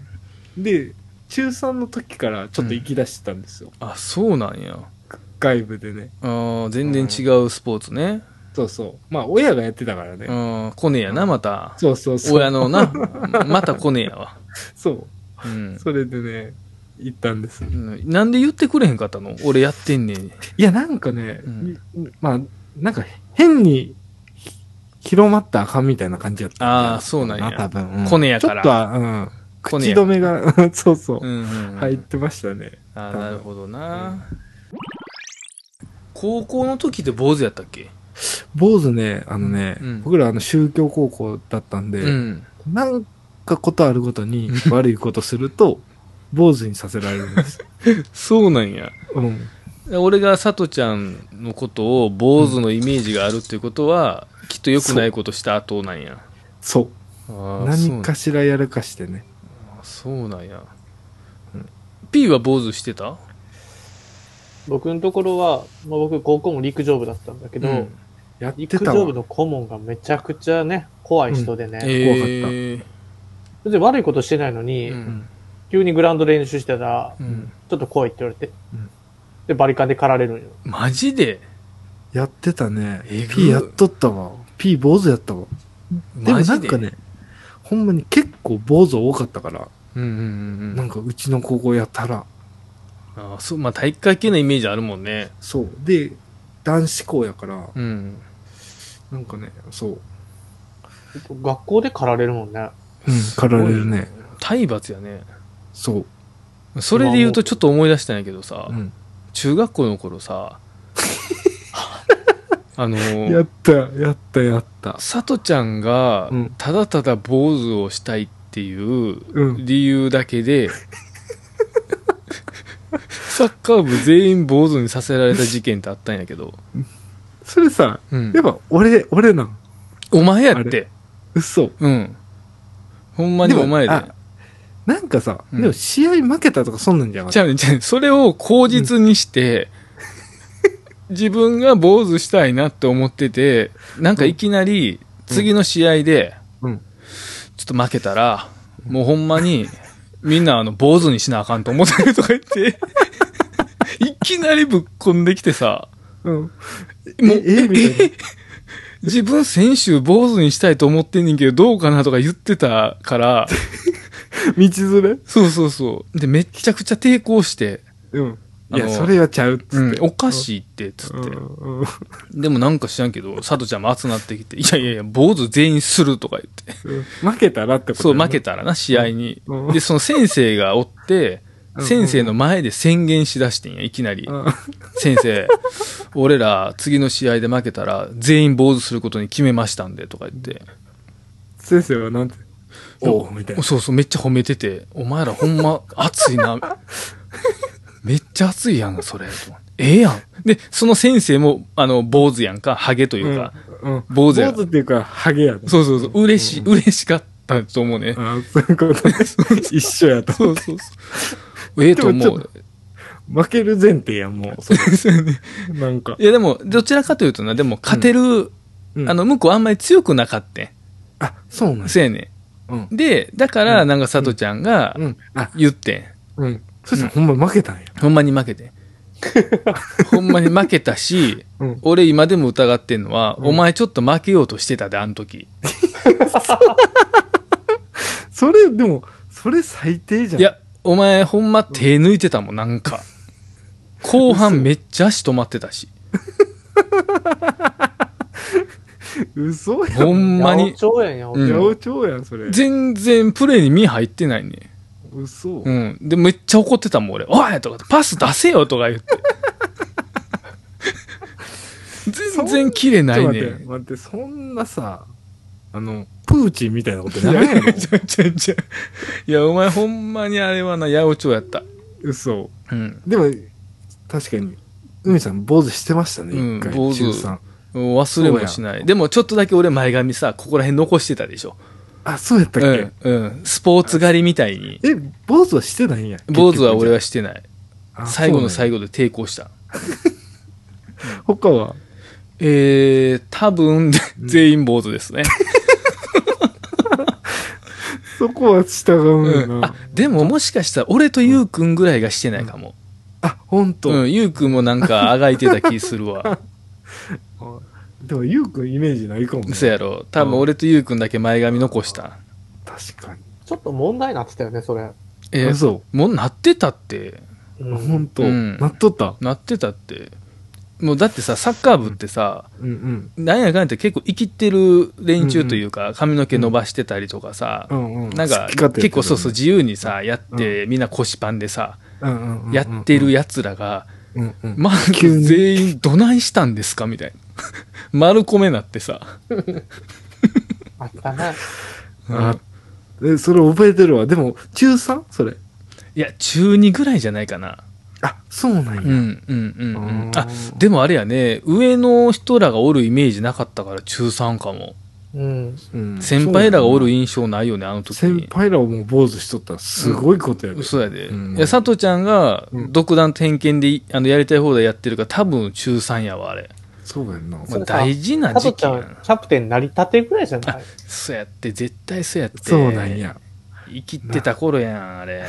Speaker 1: で、中3の時からちょっと行き出してたんですよ。
Speaker 2: あ、そうなんや。
Speaker 1: 外部でね。
Speaker 2: あー全然違うスポーツね。
Speaker 1: そうそう。まあ、親がやってたからね。
Speaker 2: うん、コネやな、また。
Speaker 1: そうそうそう。
Speaker 2: 親のな、またコネやわ。
Speaker 1: そう。
Speaker 2: うん。
Speaker 1: それでね、行ったんです。
Speaker 2: うんなんで言ってくれへんかったの俺やってんねん。
Speaker 1: いや、なんかね、
Speaker 2: うん
Speaker 1: まあ、なんか変にひ広まったらあかんみたいな感じやった。
Speaker 2: ああ、そうなん
Speaker 1: な、
Speaker 2: や
Speaker 1: 多。分。うん
Speaker 2: コネやから
Speaker 1: ちょっとは、うん。
Speaker 2: コネ
Speaker 1: 口
Speaker 2: や
Speaker 1: 止めが、うん そうそう
Speaker 2: う、んうんうん
Speaker 1: 入ってましたね。多
Speaker 2: あー
Speaker 1: 分
Speaker 2: なるほどな、高校の時って坊主やったっけ
Speaker 1: 坊主ね、あのね、
Speaker 2: うん
Speaker 1: 僕らあの宗教高校だったんで、
Speaker 2: うん
Speaker 1: なんかことあるごとに悪いことすると、坊主にさせられるん です。
Speaker 2: そうなんや
Speaker 1: うん。
Speaker 2: 俺がさとちゃんのことを坊主のイメージがあるっていうことは、きっと良くないことした後なんや
Speaker 1: そう。
Speaker 2: あー
Speaker 1: 何かしらやるかしてね。
Speaker 2: そうなんや P は坊主してた
Speaker 3: 僕のところは、まあ、僕高校も陸上部だったんだけど、
Speaker 2: うん
Speaker 1: やって
Speaker 3: 陸
Speaker 1: た
Speaker 3: 上部
Speaker 1: わ。
Speaker 3: の顧問がめちゃくちゃね、怖い人でね、
Speaker 2: えー
Speaker 3: 別に悪いことしてないのに、
Speaker 2: うん
Speaker 3: 急にグラウンド練習してたら、
Speaker 2: うん
Speaker 3: ちょっと来いって言われて、
Speaker 1: うん
Speaker 3: で、バリカンで狩られるんよ。
Speaker 2: マジで
Speaker 1: やってたね
Speaker 2: え。ぐ
Speaker 1: P やっとったわ。P 坊主やったわ。でも
Speaker 2: マ
Speaker 1: な
Speaker 2: ジ
Speaker 1: ん
Speaker 2: で
Speaker 1: かね、ほんまに結構坊主多かったから、
Speaker 2: うんうんうんう
Speaker 1: なんんかうちの高校やったら、
Speaker 2: あーそうまあ体育会系のイメージあるもんね
Speaker 1: そう。で、男子校やから、
Speaker 2: うん
Speaker 1: なんかね、そう。
Speaker 3: 学校で狩られるもんね。
Speaker 1: うん、
Speaker 2: すごい
Speaker 1: 狩られるね。
Speaker 2: 体罰やね
Speaker 1: そう。
Speaker 2: それで言うとちょっと思い出したんやけどさ、
Speaker 1: うん。
Speaker 2: 中学校の頃 さあの
Speaker 1: やった、やった、やった。
Speaker 2: さとちゃんが
Speaker 1: うん
Speaker 2: ただただ坊主をしたいっていう
Speaker 1: うん。
Speaker 2: 理由だけで、サッカー部全員坊主にさせられた事件ってあったんやけど、
Speaker 1: それさ、
Speaker 2: うん
Speaker 1: やっぱ俺、俺なん。
Speaker 2: お前やっ
Speaker 1: あ
Speaker 2: て
Speaker 1: れ嘘。
Speaker 2: うんほんまにお前で
Speaker 1: あなんかさ、
Speaker 2: うん
Speaker 1: でも試合負けたとかそんなんじゃなかっ
Speaker 2: じ
Speaker 1: た。
Speaker 2: ゃあじゃあそれを口実にして、自分が坊主したいなって思ってて、なんかいきなり次の試合で、
Speaker 1: うん。
Speaker 2: ちょっと負けたら、もうほんまに、みんなあの、坊主にしなあかんと思ってるとか言って、いきなりぶっこんできてさ、
Speaker 1: うん。
Speaker 2: もう
Speaker 1: え、えみたいな。
Speaker 2: 自分先週坊主にしたいと思ってんねんけど、どうかなとか言ってたから、
Speaker 1: 道連れ
Speaker 2: そうそうそう。で、めっちゃくちゃ抵抗して、
Speaker 1: うん。い
Speaker 2: あ
Speaker 1: や、
Speaker 2: の
Speaker 1: それはちゃうっつって。
Speaker 2: うん、おか
Speaker 1: い
Speaker 2: しいって、つって。
Speaker 1: うんうん
Speaker 2: でもなんか知らんけど、佐藤ちゃんも熱なってきて、いやいやいや、坊主全員するとか言って。
Speaker 1: 負けたらってこと
Speaker 2: そう、
Speaker 1: だね
Speaker 2: 負けたらな、試合に
Speaker 1: う。ん
Speaker 2: で、その先生がおって、
Speaker 1: うん
Speaker 2: 先生の前で宣言しだしてんや、いきなり。
Speaker 1: うん
Speaker 2: 先生、俺ら次の試合で負けたら全員坊主することに決めましたんで、とか言って。
Speaker 1: 先生はなんて、おう、みたいな。
Speaker 2: そうそう、めっちゃ褒めてて、お前らほんま熱いな。 めっちゃ熱いやん、それ。と思ってええやん。で、その先生も、あの、坊主やんか、ハゲというか。
Speaker 1: うんうん
Speaker 2: 坊主や
Speaker 1: 坊主っていうか、ハゲやね。
Speaker 2: そうそうそう、嬉し、嬉しかったと思うね。
Speaker 1: あそういうことね。一緒やと。
Speaker 2: そうそうそう。ええと
Speaker 1: で
Speaker 2: 思
Speaker 1: もちょ
Speaker 2: う。
Speaker 1: 負ける前提やん、もう。それ
Speaker 2: そうよね
Speaker 1: なんか。
Speaker 2: いや、でも、どちらかというとな、でも、勝てる、
Speaker 1: うん
Speaker 2: あ、の、向こうあんまり強くなかって
Speaker 1: あ、そうなん
Speaker 2: ん。
Speaker 1: や
Speaker 2: せやね
Speaker 1: うん
Speaker 2: ん。。で、だから、
Speaker 1: うん
Speaker 2: なんか、さとちゃんが
Speaker 1: う、ん。あ、
Speaker 2: 言ってん。
Speaker 1: うん。そしたらほんま負けたんや。
Speaker 2: ほんまに負け てん。ほんまに負けたし、
Speaker 1: うん。
Speaker 2: 俺今でも疑ってんのは、
Speaker 1: ん
Speaker 2: お前ちょっと負けようとしてたで、あの時。
Speaker 1: それ、でも、それ最低じゃん。
Speaker 2: いや、お前ほんま手抜いてたもん、なんか。後半めっちゃ足止まってたし。
Speaker 1: 嘘やん。
Speaker 2: ほんま
Speaker 3: 八
Speaker 2: に
Speaker 3: 百。長やん、八百
Speaker 2: う
Speaker 3: 長
Speaker 1: 八
Speaker 2: ん
Speaker 1: 百長やん、それ。
Speaker 2: 全然プレーに身入ってないね。
Speaker 1: 嘘
Speaker 2: う。ん。で、めっちゃ怒ってたもん、俺。おいとか、パス出せよとか言って。全然切れな
Speaker 1: ち
Speaker 2: い
Speaker 1: ょっと
Speaker 2: ね
Speaker 1: 待って、。待って、そんなさ、あの、プーチンみたいなことやめん やろ。
Speaker 2: ちゃちゃちゃ。いや、お前ほんまにあれはな、八百長やった。
Speaker 1: 嘘。
Speaker 2: うん。
Speaker 1: でも、確かに、海さん、坊主してましたね、一
Speaker 2: うん
Speaker 1: 回。
Speaker 2: 坊主
Speaker 1: 中三
Speaker 2: もう忘れもしない。でもちょっとだけ俺前髪さ、ここら辺残してたでしょ。
Speaker 1: あ、そうやったっ
Speaker 2: う
Speaker 1: け、
Speaker 2: ん。うん。スポーツ狩りみたいに。
Speaker 1: え、坊主はしてないんや。
Speaker 2: 坊主は俺はしてない。最後の
Speaker 1: 後。
Speaker 2: 最後で抵抗した。
Speaker 1: 他は、
Speaker 2: えー、多分、全員坊主ですね。
Speaker 1: そこは従うんやな。
Speaker 2: うんあ、でももしかしたら俺とゆうくんぐらいがしてないかも。
Speaker 1: あ、ほんと。
Speaker 2: うん、ゆうくんもなんかあがいてた気する わ。
Speaker 1: でも、ゆうくんイメージないかも、ね。
Speaker 2: そやろ。多分俺とゆうくんだけ前髪残した。
Speaker 1: 確かに。
Speaker 3: ちょっと問題になってたよね、それ。
Speaker 2: えー
Speaker 1: あそ
Speaker 2: もうなってたって
Speaker 1: あほんと、
Speaker 2: うん
Speaker 1: なっとった
Speaker 2: なってたってもうだってさサッカー部ってさ、
Speaker 1: うんうん
Speaker 2: なんやかんやって結構生きてる連中というか、髪の毛伸ばしてたりとかさ、
Speaker 1: うんうん
Speaker 2: なんか
Speaker 1: 好き勝手やってるよね
Speaker 2: 結構そうそう自由にさやって、みんな腰パンでさ、
Speaker 1: うんうんうんうん
Speaker 2: やってるやつらが、
Speaker 1: うんうん
Speaker 2: まあ
Speaker 1: 急に
Speaker 2: 全員どないしたんですかみたいな 丸米なってさ
Speaker 3: あったな。
Speaker 1: あでそれ覚えてるわでも中 3? それ
Speaker 2: いや中2ぐらいじゃないかな
Speaker 1: あそうなんや、
Speaker 2: うんうんうんうん
Speaker 1: あー
Speaker 2: あでもあれやね上の人らがおるイメージなかったから中3かも
Speaker 3: うん。
Speaker 1: うん
Speaker 2: 先輩らがおる印象ないよねあの時
Speaker 1: 先輩らをもう坊主しとったらすごいことやで、
Speaker 2: そうやで、
Speaker 1: うん
Speaker 2: いや佐藤ちゃんが
Speaker 1: うん
Speaker 2: 独断と偏見でいあのやりたい放題やってるから多分中3やわあれ、
Speaker 1: そうやんな、
Speaker 2: まあ、
Speaker 3: れさ
Speaker 2: 大事な
Speaker 3: 加
Speaker 2: 時
Speaker 3: 藤
Speaker 2: 期
Speaker 3: ち
Speaker 2: や
Speaker 3: ゃ、
Speaker 2: なん
Speaker 3: キャプテンなりたてぐらいじゃない
Speaker 2: そうやって絶対そうやって
Speaker 1: そうなんや
Speaker 2: 生きてた頃やんあれ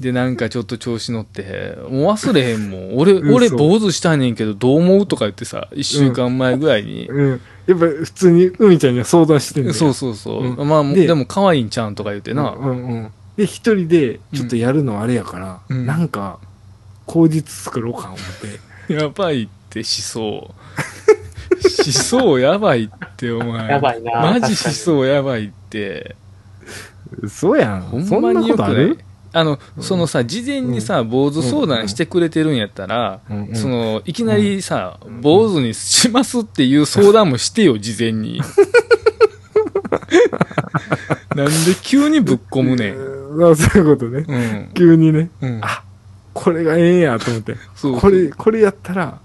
Speaker 2: でなんかちょっと調子乗ってもう忘れへんもん俺
Speaker 1: 嘘
Speaker 2: 俺坊主したいねんけどどう思うとか言ってさ1週間前ぐらいに、
Speaker 1: うんやっぱ普通に海ちゃんには相談してんだよ
Speaker 2: そうそうそう、
Speaker 1: う
Speaker 2: まあで
Speaker 1: で
Speaker 2: も可愛いんちゃうんとか言ってな、
Speaker 1: うんうんで一人でちょっとやるのあれやから、
Speaker 2: うん
Speaker 1: なんか口実作ろうか思って
Speaker 2: やばいって思想思想やばいってお前
Speaker 3: やばいな
Speaker 2: マジ思
Speaker 3: 確かに
Speaker 2: 想やばいって
Speaker 1: そうやん
Speaker 2: ほん
Speaker 1: そ
Speaker 2: ま
Speaker 1: んな
Speaker 2: に
Speaker 1: こ
Speaker 2: よく
Speaker 1: とあ
Speaker 2: ない
Speaker 1: る
Speaker 2: あの、そのさ事前にさ坊主相談してくれてるんやったら、
Speaker 1: うんうん
Speaker 2: そのいきなりさ、坊主にしますっていう相談もしてよ事前 になんで急にぶっ込むねん
Speaker 1: うんあそういうことね、
Speaker 2: うん、
Speaker 1: 急にね
Speaker 2: うん、
Speaker 1: あこれがええんやと思って
Speaker 2: そう
Speaker 1: これこれやったら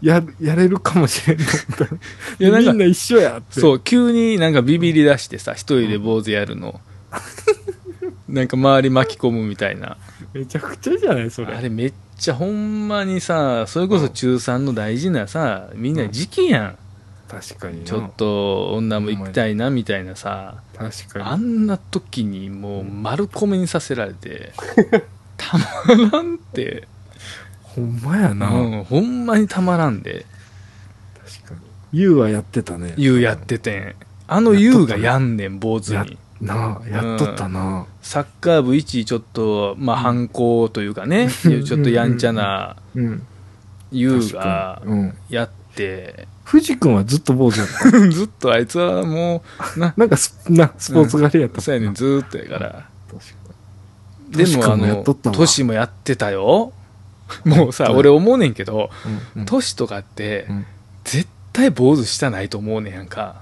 Speaker 1: ややれるかもしれんと思った
Speaker 2: いやなんか
Speaker 1: みんな一緒やって
Speaker 2: そう、急になんかビビり出してさ、一人で坊主や るの。なんか周り巻き込むみたいな。
Speaker 1: めちゃくちゃじゃないそれ
Speaker 2: あれめっちゃほんまにさ、それこそ中3の大事なさ、みんな時期や
Speaker 1: 確かに
Speaker 2: ん。
Speaker 1: な
Speaker 2: ちょっと女も行きたいなみたいなさ、
Speaker 1: 確かに
Speaker 2: あんな時にもう丸込めにさせら れて、たまらんって、
Speaker 1: ほんまや
Speaker 2: う
Speaker 1: な、
Speaker 2: ん、ほんまにたまらんで、
Speaker 1: 確かに優はやってたね
Speaker 2: 優やっててん。あの優がやんねん、坊主
Speaker 1: や
Speaker 2: に。
Speaker 1: なあやっとったな、
Speaker 2: サッカー部一ちょっと、まあ、反抗という かね、
Speaker 1: うん
Speaker 2: ちょっとやんちゃな
Speaker 1: うん
Speaker 2: 優が
Speaker 1: 確かにうん
Speaker 2: やって、
Speaker 1: 藤君はずっと坊主やった
Speaker 2: ずっとあいつはもう、な、
Speaker 1: なんかスなスポーツ狩りやった
Speaker 2: そうやねん、
Speaker 1: 確
Speaker 2: ずーっとやから。
Speaker 1: か
Speaker 2: で
Speaker 1: トシ
Speaker 2: も、あ
Speaker 1: 君もや
Speaker 2: の、
Speaker 1: っとったわ
Speaker 2: トシもやってたよ。もう
Speaker 1: やっ
Speaker 2: さ、
Speaker 1: とる
Speaker 2: 俺思うねんけど、
Speaker 1: に、うんうん
Speaker 2: トシとかって、
Speaker 1: うん
Speaker 2: 絶対坊主したないと思うねんや んか。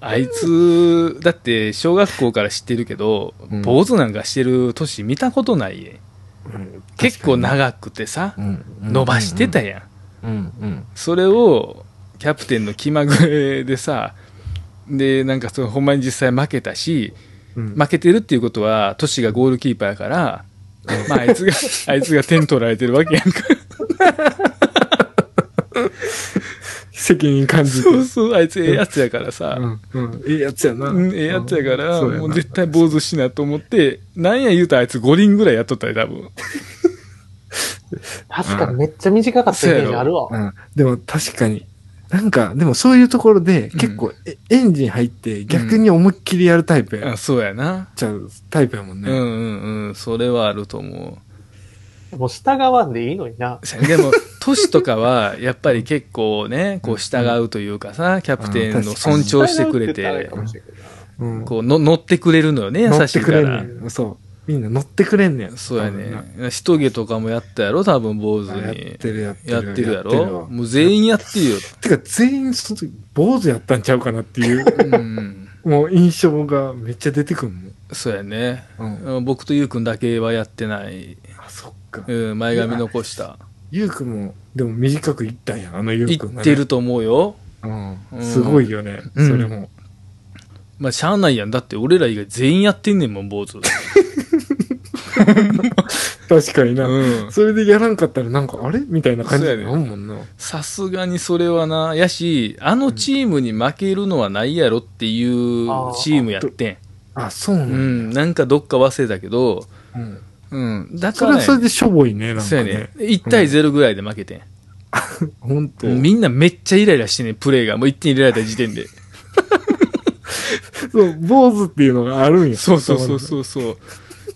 Speaker 2: あいつ、だって、小学校から知ってるけど、
Speaker 1: うん
Speaker 2: 坊主なんかしてるトシ見たことないねん
Speaker 1: うん
Speaker 2: 結構長くてさ、伸ばしてた
Speaker 1: よ、
Speaker 2: やん。
Speaker 1: うんうん
Speaker 2: それを、キャプテンの気まぐれでさ、で、なんかその、ほんまに実際負けたし、
Speaker 1: うん
Speaker 2: 負けてるっていうことは、トシがゴールキーパーやから、まあ、あいつが、あいつが点取られてるわけやんか。
Speaker 1: 責任感じて
Speaker 2: そうそう、あいつええやつやからさ、
Speaker 1: うんうんええやつやな、
Speaker 2: うんええやつやから、
Speaker 1: うんそうやな
Speaker 2: もう絶対坊主しなと思って、なんや言うたらあいつ5輪ぐらいやっとったよ、多分。
Speaker 3: 確かにめっちゃ短かったイメージあるわ。
Speaker 1: うん、でも確かになんかでもそういうところで結構、えエンジン入って逆に思いっきりやるタイプやっ
Speaker 2: あそうやな。
Speaker 1: ちゃうタイプやもん
Speaker 2: うん
Speaker 1: ね、
Speaker 2: うんうん、それはあると思う。
Speaker 3: もう従わんでいいのにな。
Speaker 2: でも、都市とかは、やっぱり結構ね、こう従うというかさ、キャプテンの尊重してくれて、
Speaker 1: うん、
Speaker 2: こうの乗ってくれるのよね、
Speaker 1: 乗
Speaker 2: 優
Speaker 1: っ
Speaker 2: してい
Speaker 1: く
Speaker 2: か
Speaker 1: れん
Speaker 2: ら。
Speaker 1: ねんそうみんな乗ってくれんねん
Speaker 2: そうやね。人毛とかもやったやろ、多分、坊主
Speaker 1: 多分なやっ
Speaker 2: に。
Speaker 1: てるやってる
Speaker 2: やってるや
Speaker 1: ってるわ
Speaker 2: ろ。もう全員やってるよ。
Speaker 1: てか全員その時坊主やったんちゃうかなっていう
Speaker 2: うん。
Speaker 1: もう印象がめっちゃ出てくるもん、
Speaker 2: そうやね。
Speaker 1: うん、
Speaker 2: 僕とゆうくんだけはやってない。
Speaker 1: あそっか
Speaker 2: うん、前髪残した。
Speaker 1: ゆうくんもでも短くいったんやあのゆう
Speaker 2: い
Speaker 1: くんが、ね、
Speaker 2: ってると思うよ。
Speaker 1: うん
Speaker 2: うん
Speaker 1: すごいよね、
Speaker 2: うん
Speaker 1: それも
Speaker 2: まあ、しゃあないやん。だって、俺ら以外全員やってんねんもん、坊主。
Speaker 1: 確かにな、
Speaker 2: う ん。
Speaker 1: それでやらんかったらなんかあれみたいな感じになるもんな、
Speaker 2: さすがにそれはな、やし、あのチームに負けるのはないやろっていう
Speaker 3: あー
Speaker 2: チームやってん。
Speaker 1: あそうな
Speaker 2: うん
Speaker 1: だ、
Speaker 2: ん、なんかどっか忘れたけど、
Speaker 1: うん
Speaker 2: うん、だ
Speaker 1: そ
Speaker 2: か
Speaker 1: れ
Speaker 2: ら
Speaker 1: は
Speaker 2: や、
Speaker 1: それでしょぼいねなん
Speaker 2: そう
Speaker 1: か
Speaker 2: や
Speaker 1: ね
Speaker 2: ね。1対0ぐらいで負けてん。
Speaker 1: ほんと
Speaker 2: みんなめっちゃイライラしてね、プレーが。もう1点入れられた時点で。
Speaker 1: そう、坊主っていうのがあるんや。
Speaker 2: そうそうそうそうそう。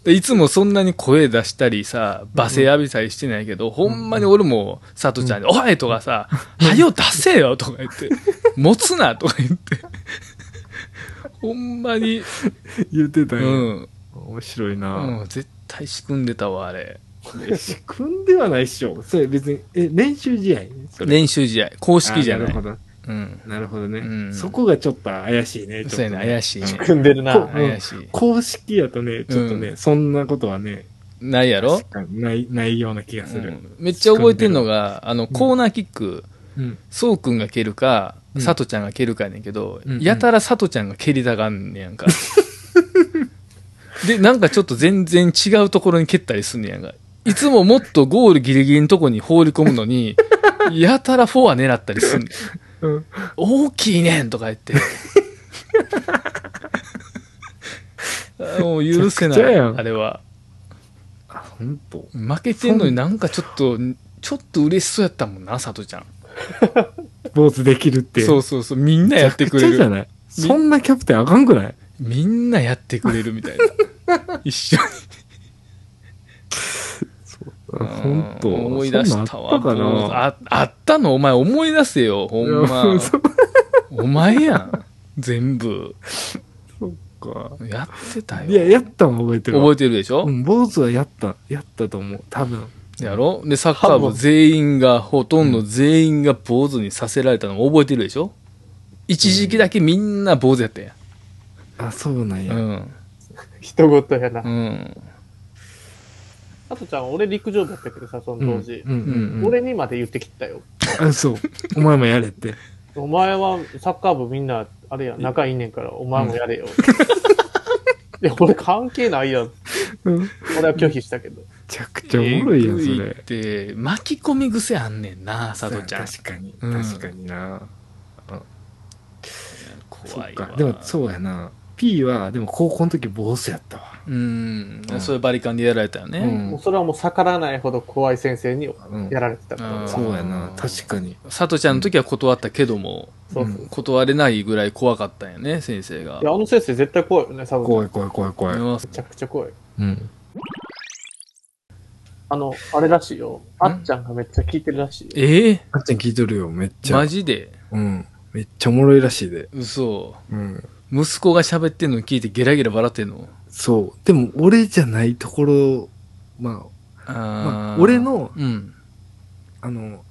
Speaker 2: でいつもそんなに声出したりさ、罵声浴びたりしてないけど、ほんまに俺も、さとちゃんに、おいとかさ、はよ出せよとか 言って、持つなとか言って、ほんまに、
Speaker 1: 言ってた
Speaker 2: うん
Speaker 1: や。
Speaker 2: ん、
Speaker 1: 面白いな、
Speaker 2: うん、絶対仕組んでたわ、あれ。
Speaker 1: 仕組んではないっしょ。それ別に、え、練習試合それ
Speaker 2: 練習試合、公式じゃな
Speaker 1: あ
Speaker 2: い
Speaker 1: なるほ。ど。
Speaker 2: うん。
Speaker 1: なるほどね、
Speaker 2: うん
Speaker 1: そこがちょっと怪しいね。ちょっと
Speaker 2: そうやね、怪しいね。
Speaker 3: 組んでるな
Speaker 1: こ。
Speaker 2: 怪しい。
Speaker 1: 公式やとね、ちょっとね、
Speaker 2: う
Speaker 1: そんなことはね、
Speaker 2: ないやろ
Speaker 1: 確かにない、ないような気がす
Speaker 2: う
Speaker 1: る。
Speaker 2: んめっちゃ覚えてんのが、あの、コーナーキック、
Speaker 1: うん。
Speaker 2: そうくんが蹴るか、
Speaker 1: うん
Speaker 2: さとちゃんが蹴るかやねんけど、
Speaker 1: うんうん
Speaker 2: やたらさとちゃんが蹴りたがん ねやんか。で、なんかちょっと全然違うところに蹴ったりすんねやんか。いつももっとゴールギリギリのとこに放り込む のに、やたらフォア狙ったりすんねん。
Speaker 1: うん。
Speaker 2: 大きいねんとか 言って。あもう許せな
Speaker 1: めちゃくちゃ
Speaker 2: い、
Speaker 1: やん
Speaker 2: あれは。
Speaker 1: あ、ほんと。
Speaker 2: 負けてんのになんかちょっと、ちょっと嬉しそうやったもんな、さとちゃん。
Speaker 1: 坊主できるって。。
Speaker 2: そううそうそう、みんな やってく
Speaker 1: めちゃ
Speaker 2: れ
Speaker 1: くちゃじゃ
Speaker 2: る。
Speaker 1: ないそんなキャプテンあかんくない
Speaker 2: みんなやってくれるみたい な。一緒に。
Speaker 1: あほんと。
Speaker 2: 思い出したわ。
Speaker 1: そんなんあったかな
Speaker 2: ああったのお前思い出せよ、ほん
Speaker 1: いや
Speaker 2: ま。
Speaker 1: そ
Speaker 2: お前やん。全部。
Speaker 1: そっか。
Speaker 2: やってたよ。
Speaker 1: いや、やったの覚えてるわ。
Speaker 2: 覚えてるでしょ、
Speaker 1: うん、坊主はやった、やったと思う。多分。
Speaker 2: やろで、サッカー部全員が、ほとんど全員が坊主にさせられたの覚えてるでしょ一時期だけみんな坊主やったやん。
Speaker 1: あ、そうなん
Speaker 2: う
Speaker 1: や。
Speaker 2: ん。
Speaker 3: 人ごとやな
Speaker 2: う。ん。
Speaker 3: あとちゃん、俺陸上部やったけどさ、その当時
Speaker 1: う。んうんうん、
Speaker 3: 俺にまで言ってきたよ。
Speaker 1: あ、そう。お前もやれって。
Speaker 3: お前はサッカー部みんな、あれやん、仲いいねんから、お前もやれよ。 いや、俺関係ないやん。
Speaker 1: うん。め
Speaker 3: 俺は拒否したけど。
Speaker 1: ちゃくちゃおもろいやん、そ
Speaker 2: えぐい
Speaker 1: れ。
Speaker 2: って、巻き込み癖あんねんな、佐藤ちゃん。
Speaker 1: 確かに、
Speaker 2: うん
Speaker 1: 確かにな。
Speaker 2: 怖い
Speaker 1: そっ
Speaker 2: わ
Speaker 1: か。でも、そうやな。P は、でも高校の時坊主やったわ。
Speaker 2: うん
Speaker 1: う、ん
Speaker 2: そういうバリカンでやられたよね。
Speaker 1: うん
Speaker 3: もうそれはもう逆らわないほど怖い先生に
Speaker 1: うん
Speaker 3: やられてたから。
Speaker 2: うん
Speaker 1: そうやな。確かに。
Speaker 2: 佐藤ちゃんの時は断ったけども、
Speaker 3: そうそううん
Speaker 2: 断れないぐらい怖かったんやね、先生が
Speaker 3: い。や、あの先生絶対怖いよね、サブちゃん。
Speaker 1: 怖
Speaker 3: め
Speaker 1: い怖い怖い怖い。
Speaker 2: うん
Speaker 3: ちゃくちゃ怖い。
Speaker 1: うん。
Speaker 3: あの、あれらしいよ。
Speaker 2: ん
Speaker 3: あっちゃんがめっちゃ聞いてるらしいよ。
Speaker 2: ええ
Speaker 1: あっちゃん聞いとるよ、めっちゃ。
Speaker 2: マジで
Speaker 1: うん。めっちゃおもろいらしいで。
Speaker 2: 嘘。
Speaker 1: うん。
Speaker 2: 息子が喋ってんの聞いてゲラゲラ笑ってんの
Speaker 1: そう。でも、俺じゃないところ、まあ、
Speaker 2: あー、
Speaker 1: まあ俺の
Speaker 2: うん。
Speaker 1: あの、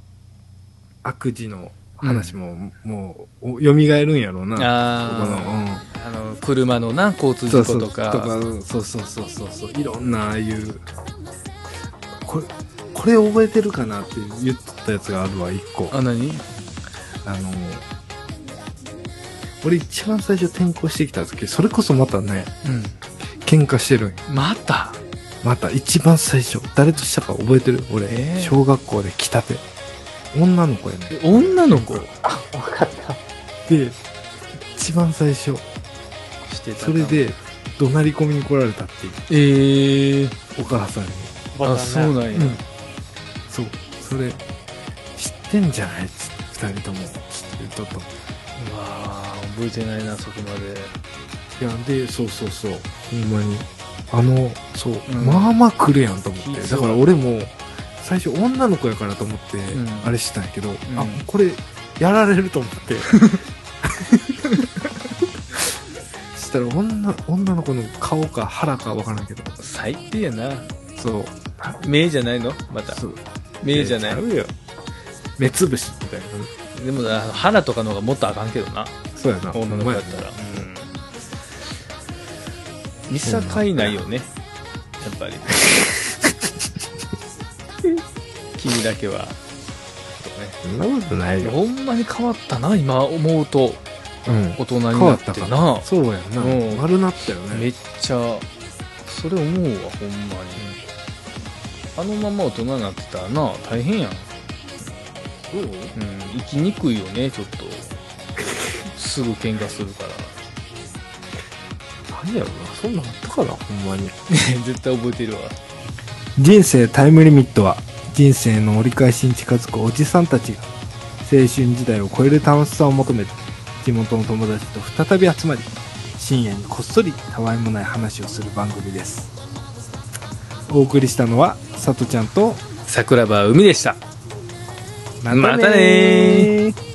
Speaker 1: 悪事の話も、もう、お蘇るんやろうな。
Speaker 2: あ
Speaker 1: こ
Speaker 2: ーあの、車のな、交通
Speaker 1: のうん、そう
Speaker 2: 事
Speaker 1: そ
Speaker 2: 故
Speaker 1: う
Speaker 2: とか。
Speaker 1: そうそうそうそうそういろんなああいうこれこれ覚えてるかなって言ってたやつがあるわ一個あ
Speaker 2: あ、何
Speaker 1: の俺一番最初転校してきた時それこそまたね
Speaker 2: う
Speaker 1: 喧嘩してるんよ
Speaker 2: ん。また
Speaker 1: また一番最初誰としたか覚えてる俺、
Speaker 2: えー
Speaker 1: 小学校で来たて女の子やねん
Speaker 2: え女の子
Speaker 3: わかった。
Speaker 1: で一番最初
Speaker 2: してたか
Speaker 1: それ、で怒鳴り込みに来られたっていう
Speaker 2: ええ
Speaker 1: お母さんに
Speaker 3: おば
Speaker 2: あ、
Speaker 3: ちゃ
Speaker 2: そ
Speaker 3: ん
Speaker 2: うな
Speaker 3: ね
Speaker 2: んや。
Speaker 1: うんそうそれ知ってんじゃないっつって2人とも言っとったいう
Speaker 2: わー覚えてないな、そこまで。
Speaker 1: やでそうそうそうほんまにあのそう、
Speaker 2: ん
Speaker 1: まあまあ来るやんと思っ
Speaker 2: 聞い
Speaker 1: て
Speaker 2: て
Speaker 1: だから俺も最初女の子やからと思って、
Speaker 2: ん
Speaker 1: あれしたんやけど、
Speaker 2: ん
Speaker 1: あこれやられると思ってそしたら女女の子の顔か腹か分からんけど
Speaker 2: 最低やな
Speaker 1: そう
Speaker 2: 目じゃないのまた
Speaker 1: そう
Speaker 2: 目じゃない
Speaker 1: ちうよ目つぶしみたいな
Speaker 2: でもな腹とかの方がもっとあかんけどな
Speaker 1: そうやな
Speaker 2: 女の子だったらうん見境ないよねや っぱり君だけは
Speaker 1: そんなことないよ。
Speaker 2: ほんまに変わったな今思うと
Speaker 1: うん。
Speaker 2: 大人に
Speaker 1: 変わ
Speaker 2: なっ
Speaker 1: った
Speaker 2: て
Speaker 1: か
Speaker 2: な
Speaker 1: ら。そうやな。
Speaker 2: うん
Speaker 1: 丸なったよ
Speaker 2: め
Speaker 1: ね。
Speaker 2: っちゃそれ思うわほんまにあのまま大人になってたらな大変やん
Speaker 1: そう
Speaker 2: うん、生きにくいよねちょっと すぐ喧嘩するから
Speaker 1: 何やろな。そんなんあったから、ほんまに。
Speaker 2: 絶対覚えてるわ
Speaker 1: 人生タイムリミットは、人生の折り返しに近づくおじさんたちが、青春時代を超える楽しさを求めて、地元の友達と再び集まり、深夜にこっそりたわいもない話をする番組ですお送りしたのはさとちゃんと
Speaker 2: 桜庭海でしたまたね
Speaker 1: ま
Speaker 2: ー
Speaker 1: たねー